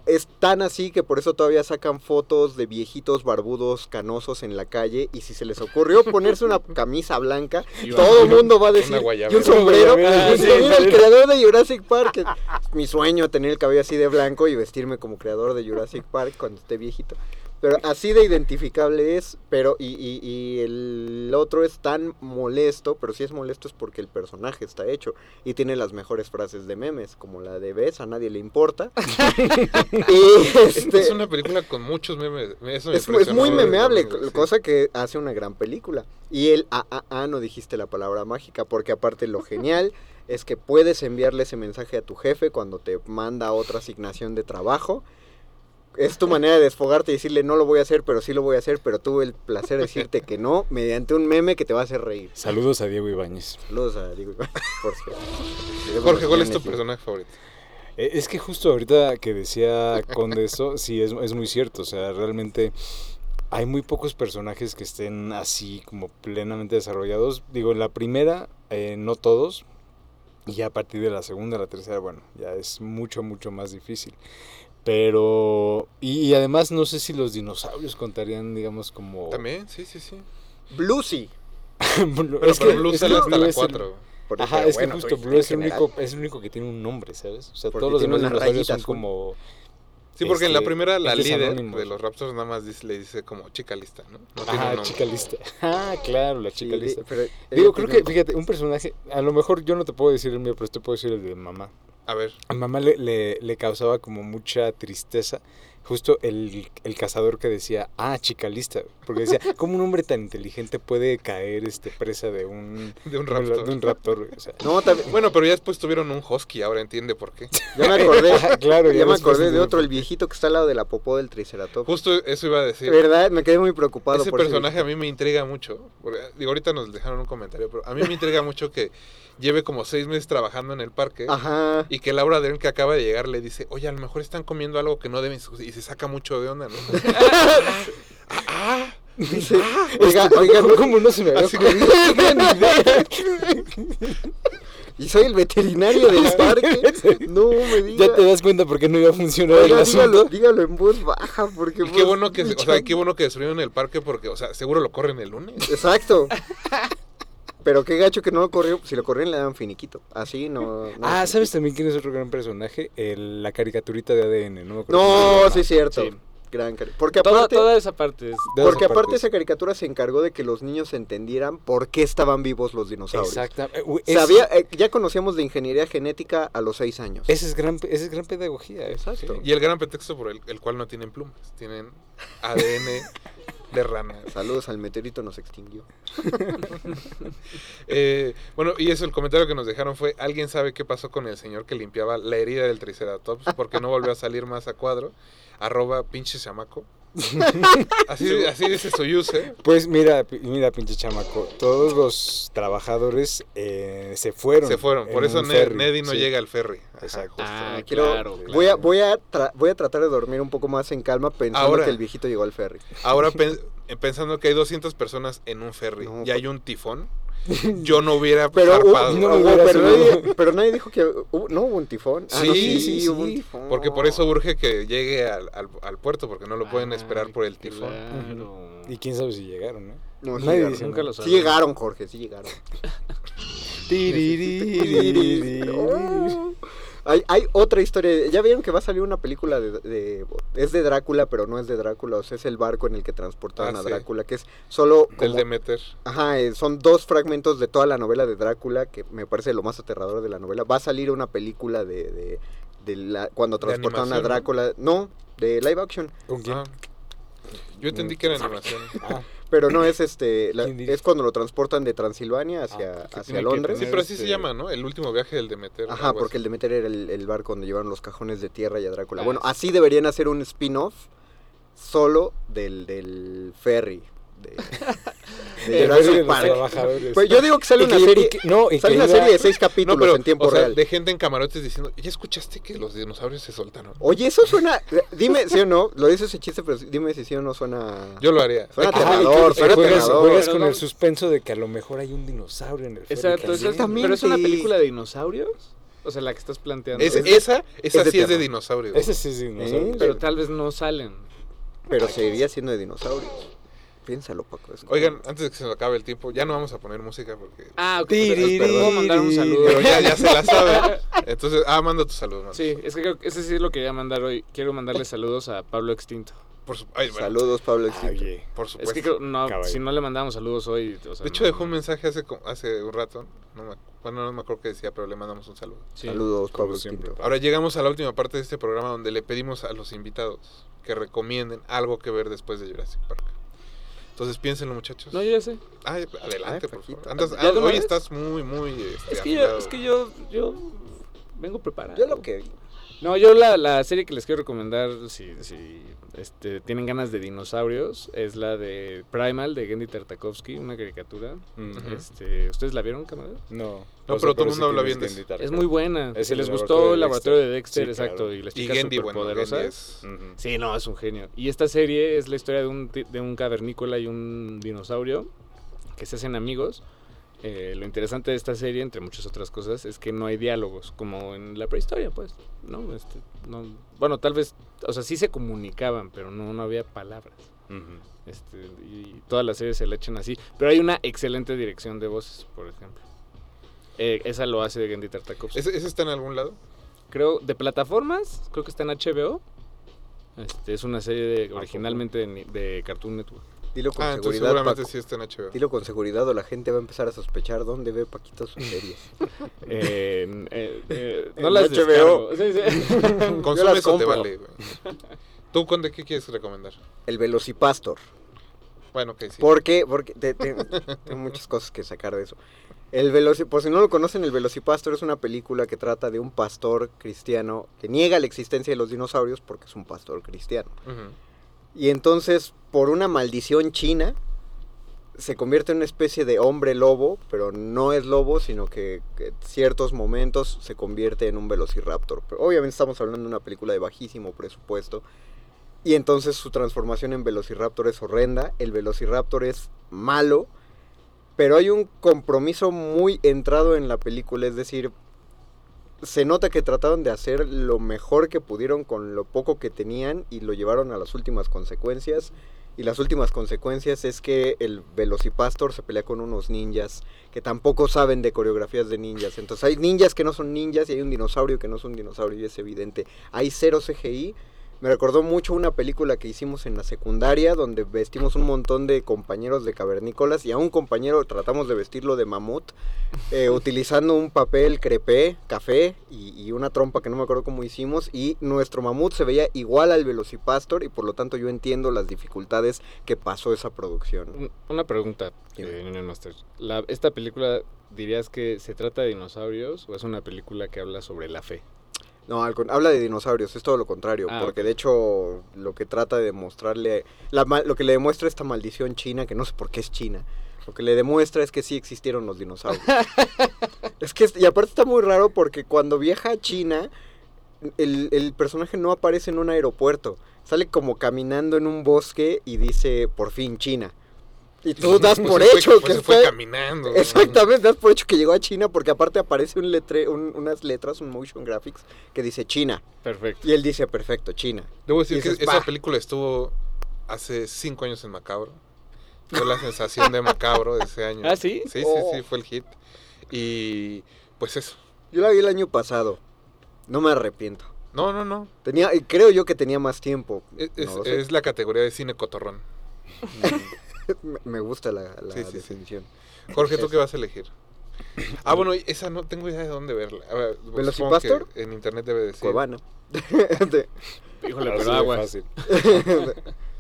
Speaker 3: Es tan así que por eso todavía sacan fotos de viejitos barbudos canosos en la calle y si se les ocurrió ponerse una camisa blanca,
Speaker 4: Y
Speaker 3: todo el
Speaker 4: una-
Speaker 3: mundo va a decir,
Speaker 1: guayabera.
Speaker 3: y un sombrero,
Speaker 2: Una guayabera,
Speaker 3: y
Speaker 2: sí,
Speaker 3: se viene
Speaker 2: sí.
Speaker 3: el creador de Jurassic Park. que es Mi sueño tener el cabello así de blanco y vestirme como creador de Jurassic Park cuando esté viejito. Pero así de identificable es, pero y, y- y el otro es tan molesto, pero si es molesto es porque el personaje está hecho y tiene las mejores frases de memes, como la de ves, a nadie le importa. y este,
Speaker 1: Es una película con muchos memes. Eso me
Speaker 3: es, es muy
Speaker 1: impresionó.
Speaker 3: memeable,
Speaker 1: Sí.
Speaker 3: cosa que hace una gran película. Y el ah, ah, ah, no dijiste la palabra mágica, porque aparte lo genial es que puedes enviarle ese mensaje a tu jefe cuando te manda otra asignación de trabajo. Es tu manera de desfogarte y decirle no lo voy a hacer, pero sí lo voy a hacer, pero tuve el placer de decirte que no, mediante un meme que te va a hacer reír.
Speaker 2: Saludos a Diego Ibáñez.
Speaker 3: Saludos a Diego Iván, por supuesto.
Speaker 1: Jorge, ¿cuál es tu personaje favorito?
Speaker 2: Eh, Es que justo ahorita que decía Conde esto, sí, es, es muy cierto. O sea, realmente hay muy pocos personajes que estén así como plenamente desarrollados. Digo, en la primera, eh, no todos. Y ya a partir de la segunda, la tercera, bueno, ya es mucho, mucho más difícil. Pero... Y, y además no sé si los dinosaurios contarían, digamos, como...
Speaker 1: También, sí, sí, sí.
Speaker 3: Bluesy.
Speaker 2: Blue-
Speaker 1: Pero,
Speaker 2: es
Speaker 1: pero
Speaker 2: que-
Speaker 1: Blue
Speaker 2: es
Speaker 1: sale
Speaker 2: que
Speaker 1: hasta
Speaker 2: Blue
Speaker 1: la
Speaker 2: es el-
Speaker 1: 4.
Speaker 3: Por-
Speaker 2: Ajá,
Speaker 3: pero
Speaker 2: es que
Speaker 3: bueno,
Speaker 2: justo
Speaker 3: en
Speaker 2: Blue es el,
Speaker 3: general.
Speaker 2: único, es el único que tiene un nombre, ¿sabes? O sea,
Speaker 3: Porque
Speaker 2: todos los
Speaker 3: tiene
Speaker 2: demás
Speaker 3: una
Speaker 2: dinosaurios
Speaker 3: rayita
Speaker 2: son
Speaker 3: azul.
Speaker 2: como...
Speaker 1: Sí, porque en la
Speaker 2: Este,
Speaker 1: primera la
Speaker 2: este es
Speaker 1: líder
Speaker 2: anónimo.
Speaker 1: de los Raptors nada más dice- le dice como chica lista, ¿no? No tiene un
Speaker 2: Ah,
Speaker 1: nombre.
Speaker 2: chica lista. Ah, claro, la chica
Speaker 3: Sí,
Speaker 2: lista.
Speaker 3: pero eh,
Speaker 2: Digo,
Speaker 3: ella
Speaker 2: creo
Speaker 3: tiene
Speaker 2: que,
Speaker 3: un-
Speaker 2: fíjate, un personaje, a lo mejor yo no te puedo decir el mío, pero te puedo decir el de mamá.
Speaker 1: A ver,
Speaker 2: A mamá le, le, le causaba como mucha tristeza justo el, el cazador que decía, ah, chica lista. Porque decía, ¿cómo un hombre tan inteligente puede caer este presa de un,
Speaker 1: de un
Speaker 2: de un
Speaker 1: Raptor.
Speaker 2: raptor? güey? O sea,
Speaker 3: No, también-
Speaker 1: Bueno, pero ya después tuvieron un Husky, ahora entiende por qué.
Speaker 3: ya me acordé.
Speaker 2: claro,
Speaker 3: Ya me
Speaker 2: después
Speaker 3: acordé de
Speaker 2: entendí.
Speaker 3: otro, el viejito que está al lado de la popó del Triceratops.
Speaker 1: Justo eso iba a decir.
Speaker 3: ¿Verdad? Me quedé muy preocupado
Speaker 1: Ese
Speaker 3: por ese
Speaker 1: personaje a mí me intriga mucho. porque, digo, ahorita nos dejaron un comentario, pero a mí me intriga mucho que lleve como seis meses trabajando en el parque.
Speaker 3: viejito. Ajá.
Speaker 1: Y que Laura Dern, que acaba de llegar, le dice, oye, a lo mejor están comiendo algo que no deben, y se saca mucho de onda, ¿no?
Speaker 3: Dice, oiga, oiga, no-
Speaker 2: ¿Cómo no se me había
Speaker 1: Así
Speaker 2: ocurrido?
Speaker 3: y soy el veterinario del parque. No me digas.
Speaker 2: Ya te das cuenta porque no iba a funcionar el
Speaker 3: Oiga, dígalo,
Speaker 2: asunto.
Speaker 3: dígalo en voz baja, porque...
Speaker 1: Y qué
Speaker 3: pues,
Speaker 1: bueno que, se- o
Speaker 3: dicho-
Speaker 1: sea, qué bueno que destruyeron el parque porque, o sea, seguro lo corren el lunes.
Speaker 3: Exacto. Pero qué gacho que no lo corrió. Si lo corrían le daban finiquito. Así no... no
Speaker 2: Ah, ¿sabes también quién es otro gran personaje? El- la caricaturita de ADN, no me acuerdo. cómo se
Speaker 3: No,
Speaker 2: llama.
Speaker 3: sí es cierto.
Speaker 4: Sí.
Speaker 3: Gran cari- Porque
Speaker 4: Toda,
Speaker 3: aparte...
Speaker 4: toda esa parte es...
Speaker 2: De
Speaker 3: Porque
Speaker 2: esas
Speaker 3: aparte
Speaker 2: partes.
Speaker 3: esa caricatura se encargó de que los niños entendieran por qué estaban vivos los dinosaurios.
Speaker 2: Exactamente. Eh, güey, ese-
Speaker 3: Sabía, eh, ya conocíamos de ingeniería genética a los seis años.
Speaker 2: Esa es gran, esa es gran pedagogía. Exacto.
Speaker 1: Y el gran pretexto por el, el cual no tienen plumas, tienen ADN de rana.
Speaker 3: Saludos al meteorito nos extinguió.
Speaker 1: Eh, bueno, y eso, el comentario que nos dejaron fue, ¿alguien sabe qué pasó con el señor que limpiaba la herida del Triceratops? Porque no volvió a salir más a cuadro. Arroba pinche chamaco. Así, así dice su user.
Speaker 2: Pues mira, pi- mira, pinche chamaco, todos los trabajadores eh, se fueron.
Speaker 1: Se fueron. Por
Speaker 2: en
Speaker 1: eso
Speaker 2: un
Speaker 1: Ne-
Speaker 2: ferry,
Speaker 1: Neddy no
Speaker 2: sí.
Speaker 1: llega al ferry. Ajá,
Speaker 2: Exacto.
Speaker 1: justo.
Speaker 4: Ah,
Speaker 3: quiero-
Speaker 4: claro, claro.
Speaker 3: Voy a, voy a, tra- voy a tratar de dormir un poco más en calma pensando
Speaker 1: Ahora.
Speaker 3: que el viejito llegó al ferry.
Speaker 1: Ahora pen- pensando que hay 200 personas en un ferry
Speaker 3: No,
Speaker 1: y hay un tifón, yo no hubiera
Speaker 3: Pero, hubo-
Speaker 1: zarpado.
Speaker 2: uh, no,
Speaker 3: hubo-
Speaker 2: hubiera
Speaker 3: pero
Speaker 2: sido.
Speaker 3: nadie, pero nadie dijo que hubo- no hubo un tifón. Ah, no,
Speaker 1: Sí,
Speaker 2: sí,
Speaker 3: hubo un
Speaker 2: sí,
Speaker 3: tifón.
Speaker 1: Porque por eso urge que llegue al, al- al puerto, porque no lo pueden
Speaker 4: Ah,
Speaker 1: esperar por el tifón.
Speaker 4: claro.
Speaker 2: Y quién sabe si llegaron, ¿eh?
Speaker 3: No, sí
Speaker 2: nadie
Speaker 3: llegaron.
Speaker 2: dice
Speaker 4: Nunca lo
Speaker 3: Sí
Speaker 4: sabremos.
Speaker 3: llegaron, Jorge, sí llegaron. Oh. hay, hay otra historia. Ya vieron que va a salir una película de, de- Es de Drácula, pero no es de Drácula. O sea, es el barco en el que transportaban
Speaker 1: Ah,
Speaker 3: a
Speaker 1: sí.
Speaker 3: Drácula, que es solo
Speaker 1: Del
Speaker 3: como
Speaker 1: Demeter.
Speaker 3: Ajá, eh, son dos fragmentos de toda la novela de Drácula, que me parece lo más aterrador de la novela. Va a salir una película de, de, de la, cuando
Speaker 1: De
Speaker 3: transportaron a
Speaker 1: animación, ¿no?
Speaker 3: Drácula. No, de live action.
Speaker 2: ¿Con quién?
Speaker 1: Ah. Yo entendí que era animación.
Speaker 2: Ah,
Speaker 3: Pero no es este. la-
Speaker 2: ¿Quién dice?
Speaker 3: es cuando lo transportan de Transilvania hacia,
Speaker 2: Ah, que
Speaker 3: hacia
Speaker 2: tiene que
Speaker 3: Londres.
Speaker 1: Sí, pero así
Speaker 2: Este-
Speaker 1: se llama, ¿no? El último viaje del Demeter.
Speaker 3: Ajá,
Speaker 1: algo
Speaker 3: porque el
Speaker 1: así.
Speaker 3: Demeter era el, el barco donde llevaron los cajones de tierra y a Drácula.
Speaker 4: Ah,
Speaker 3: bueno,
Speaker 4: sí.
Speaker 3: así deberían hacer un spin-off solo del, del ferry. De, de
Speaker 2: El
Speaker 3: Jurassic
Speaker 2: de los
Speaker 3: Park.
Speaker 2: trabajadores.
Speaker 3: Pues yo digo que sale
Speaker 2: Y
Speaker 3: una
Speaker 2: que- y
Speaker 3: serie.
Speaker 2: que- no, y
Speaker 3: sale
Speaker 2: que
Speaker 3: una
Speaker 2: iba-
Speaker 3: serie de seis capítulos
Speaker 1: No, pero,
Speaker 3: en tiempo
Speaker 1: o sea,
Speaker 3: real.
Speaker 1: de gente en camarotes diciendo, ¿ya escuchaste que los dinosaurios se soltaron?
Speaker 3: Oye, eso suena. Dime sí o no. Lo dice ese chiste, pero dime si sí o no suena.
Speaker 1: Yo lo haría.
Speaker 3: Suena
Speaker 1: Hay que-
Speaker 2: Ajá, y que-
Speaker 3: aterrador,
Speaker 2: y que
Speaker 3: suena
Speaker 2: juegas,
Speaker 3: aterrador.
Speaker 2: juegas
Speaker 4: Pero
Speaker 2: con
Speaker 4: no-
Speaker 2: el suspenso de que a lo mejor hay un dinosaurio en el ferry
Speaker 4: Exacto,
Speaker 2: también.
Speaker 4: exacto. Pero es una película de dinosaurios. O sea, la que estás planteando.
Speaker 1: Es-
Speaker 3: Es-
Speaker 1: esa esa
Speaker 3: es de
Speaker 1: sí es de
Speaker 3: terror.
Speaker 1: dinosaurios.
Speaker 2: Ese sí es dinosaurio.
Speaker 3: ¿Eh?
Speaker 4: Pero tal vez no salen.
Speaker 3: Pero seguiría siendo de dinosaurios. Piénsalo, Paco. es como-
Speaker 1: Oigan, antes de que se nos acabe el tiempo, ya no vamos a poner música porque...
Speaker 4: Ah, ok.
Speaker 2: Tiririrí.
Speaker 4: Pero puedo mandar un saludo.
Speaker 1: Pero ya, ya se la saben. Entonces, ah, manda tu salud, manda.
Speaker 4: Sí, es que creo que ese sí es lo que quería mandar hoy. Quiero mandarle saludos a Pablo Extinto.
Speaker 1: Por, su- ay, bueno,
Speaker 3: Saludos, Pablo
Speaker 2: Ah,
Speaker 3: Extinto.
Speaker 2: oye.
Speaker 1: por
Speaker 4: Es
Speaker 1: supuesto.
Speaker 4: que creo- no,
Speaker 2: Caballo.
Speaker 4: si no le mandamos saludos hoy. o sea,
Speaker 1: De hecho,
Speaker 4: no-
Speaker 1: dejó un mensaje hace, co- hace un rato. No me, bueno, no me acuerdo qué decía, pero le mandamos un saludo.
Speaker 4: sí.
Speaker 3: Saludos,
Speaker 2: Como
Speaker 3: Pablo
Speaker 2: siempre,
Speaker 3: Extinto.
Speaker 2: Pablo.
Speaker 1: Ahora llegamos a la última parte de este programa donde le pedimos a los invitados que recomienden algo que ver después de Jurassic Park. Entonces piénsenlo, muchachos.
Speaker 4: No, yo ya sé.
Speaker 1: Ay, adelante,
Speaker 3: Ay,
Speaker 1: por
Speaker 3: Paquito.
Speaker 1: favor. Andas-
Speaker 4: ¿Ya de
Speaker 1: ah,
Speaker 4: una
Speaker 1: hoy
Speaker 4: vez?
Speaker 1: estás muy, muy. este,
Speaker 4: Es que yo,
Speaker 1: afilado.
Speaker 4: es que yo, yo vengo preparado.
Speaker 3: Yo lo que.
Speaker 4: No, yo la, la serie que les quiero recomendar, si, si este, tienen ganas de dinosaurios, es la de Primal de Gendy Tartakovsky, una caricatura.
Speaker 2: Mm,
Speaker 1: Ujú.
Speaker 4: este, ¿Ustedes la había camada?
Speaker 2: No.
Speaker 1: pero
Speaker 2: O sea,
Speaker 1: todo el
Speaker 2: sí
Speaker 1: mundo habla bien
Speaker 2: tienes que
Speaker 1: de eso.
Speaker 2: invitar,
Speaker 4: Es
Speaker 2: claro.
Speaker 4: muy buena.
Speaker 2: Es
Speaker 4: si
Speaker 2: el
Speaker 4: les
Speaker 2: laboratorio
Speaker 4: gustó
Speaker 2: de
Speaker 4: el laboratorio
Speaker 2: Dexter.
Speaker 4: de Dexter,
Speaker 2: Sí,
Speaker 4: exacto,
Speaker 2: claro.
Speaker 4: y las
Speaker 1: Y
Speaker 4: chicas
Speaker 1: Gendy, bueno, Gendy
Speaker 4: superpoderosas.
Speaker 1: es.
Speaker 2: Ujú.
Speaker 4: Sí, no, es un genio. Y esta serie es la historia de un, ti- de un cavernícola y un dinosaurio que se hacen amigos. Eh, lo interesante de esta serie, entre muchas otras cosas, es que no hay diálogos, como en la prehistoria, pues. ¿no? Este, no- bueno, tal vez, o sea, sí se comunicaban, pero no, no había palabras.
Speaker 2: Ujú.
Speaker 4: Este, y todas las series se la echan así. Pero hay una excelente dirección de voces, por ejemplo. Eh, esa lo hace Gendy Tartakovsky.
Speaker 1: ¿Ese, ese está en algún lado?
Speaker 4: Creo, de plataformas, creo que está en HBO. Este, es una serie de- originalmente de, ni- de Cartoon Network.
Speaker 3: Dilo con
Speaker 1: Ah, entonces
Speaker 3: seguridad.
Speaker 1: seguramente
Speaker 3: Paco.
Speaker 1: sí está en HBO.
Speaker 3: Dilo con seguridad o la gente va a empezar a sospechar dónde ve Paquito sus series.
Speaker 4: Eh, eh, eh, no
Speaker 3: En
Speaker 4: las
Speaker 3: HBO.
Speaker 4: descargo. Sí, sí.
Speaker 3: Yo
Speaker 1: Consume
Speaker 3: las
Speaker 1: eso, te
Speaker 3: compro.
Speaker 1: vale, güey. ¿Tú, Conde, qué quieres recomendar?
Speaker 3: El Velocipastor.
Speaker 1: Bueno, que sí.
Speaker 3: ¿Por qué? Porque te- te- tengo muchas cosas que sacar de eso. El Veloci- por si no lo conocen, El Velocipastor es una película que trata de un pastor cristiano que niega la existencia de los dinosaurios porque es un pastor cristiano.
Speaker 1: Ujú.
Speaker 3: Y entonces, por una maldición china, se convierte en una especie de hombre lobo, pero no es lobo, sino que en ciertos momentos se convierte en un velociraptor. Pero obviamente estamos hablando de una película de bajísimo presupuesto. Y entonces su transformación en velociraptor es horrenda. El velociraptor es malo. Pero hay un compromiso muy entrado en la película, es decir, se nota que trataron de hacer lo mejor que pudieron con lo poco que tenían y lo llevaron a las últimas consecuencias. Y las últimas consecuencias es que el Velocipastor se pelea con unos ninjas que tampoco saben de coreografías de ninjas. Entonces hay ninjas que no son ninjas y hay un dinosaurio que no es un dinosaurio y es evidente. Hay cero CGI. Me recordó mucho una película que hicimos en la secundaria donde vestimos un montón de compañeros de cavernícolas y a un compañero tratamos de vestirlo de mamut eh, utilizando un papel crepé, café y, y una trompa que no me acuerdo cómo hicimos y nuestro mamut se veía igual al Velocipastor y por lo tanto yo entiendo las dificultades que pasó esa producción.
Speaker 4: Un- Una pregunta,
Speaker 3: Dime.
Speaker 4: eh, Union Master. La- ¿Esta película dirías que se trata de dinosaurios o es una película que habla sobre la fe?
Speaker 3: No, al con- habla de dinosaurios, es todo lo contrario,
Speaker 4: Ah,
Speaker 3: porque de hecho lo que trata de demostrarle, la ma- lo que le demuestra esta maldición china, que no sé por qué es china, lo que le demuestra es que sí existieron los dinosaurios. es que, es- y aparte está muy raro porque cuando viaja a China, el, el personaje no aparece en un aeropuerto, sale como caminando en un bosque y dice, por fin China. Y tú das
Speaker 1: Pues
Speaker 3: por
Speaker 1: se fue-
Speaker 3: hecho
Speaker 1: pues
Speaker 3: que
Speaker 1: se fue
Speaker 3: fue-
Speaker 1: caminando. güey.
Speaker 3: Exactamente, das por hecho que llegó a China porque aparte aparece un letre, un- unas letras, un motion graphics que dice China.
Speaker 4: Perfecto.
Speaker 3: Y él dice, perfecto, China.
Speaker 1: Debo decir
Speaker 3: Y
Speaker 1: que
Speaker 3: dices,
Speaker 1: esa
Speaker 3: "Bah".
Speaker 1: película estuvo hace cinco años en Macabro. Fue la sensación de Macabro de ese año.
Speaker 4: ¿Ah, sí?
Speaker 1: Sí,
Speaker 3: Oh.
Speaker 1: sí, sí, fue el hit. Y pues eso.
Speaker 3: Yo la vi el año pasado. No me arrepiento.
Speaker 1: No, no, no.
Speaker 3: Tenía, y creo yo que tenía más tiempo.
Speaker 1: Es, es-
Speaker 3: No lo sé.
Speaker 1: es la categoría de cine cotorrón.
Speaker 3: Me- Me gusta la, la
Speaker 1: Sí, sí, sí.
Speaker 3: definición.
Speaker 1: Jorge, ¿tú
Speaker 3: Eso.
Speaker 1: qué vas a elegir? Ah, bueno, y esa no tengo idea de dónde verla. A ver, supongo
Speaker 3: ¿Velocipastor?
Speaker 1: que En internet debe decir.
Speaker 3: Cuevana.
Speaker 4: Híjole,
Speaker 2: Así
Speaker 4: pero
Speaker 2: de
Speaker 4: aguas.
Speaker 2: fácil.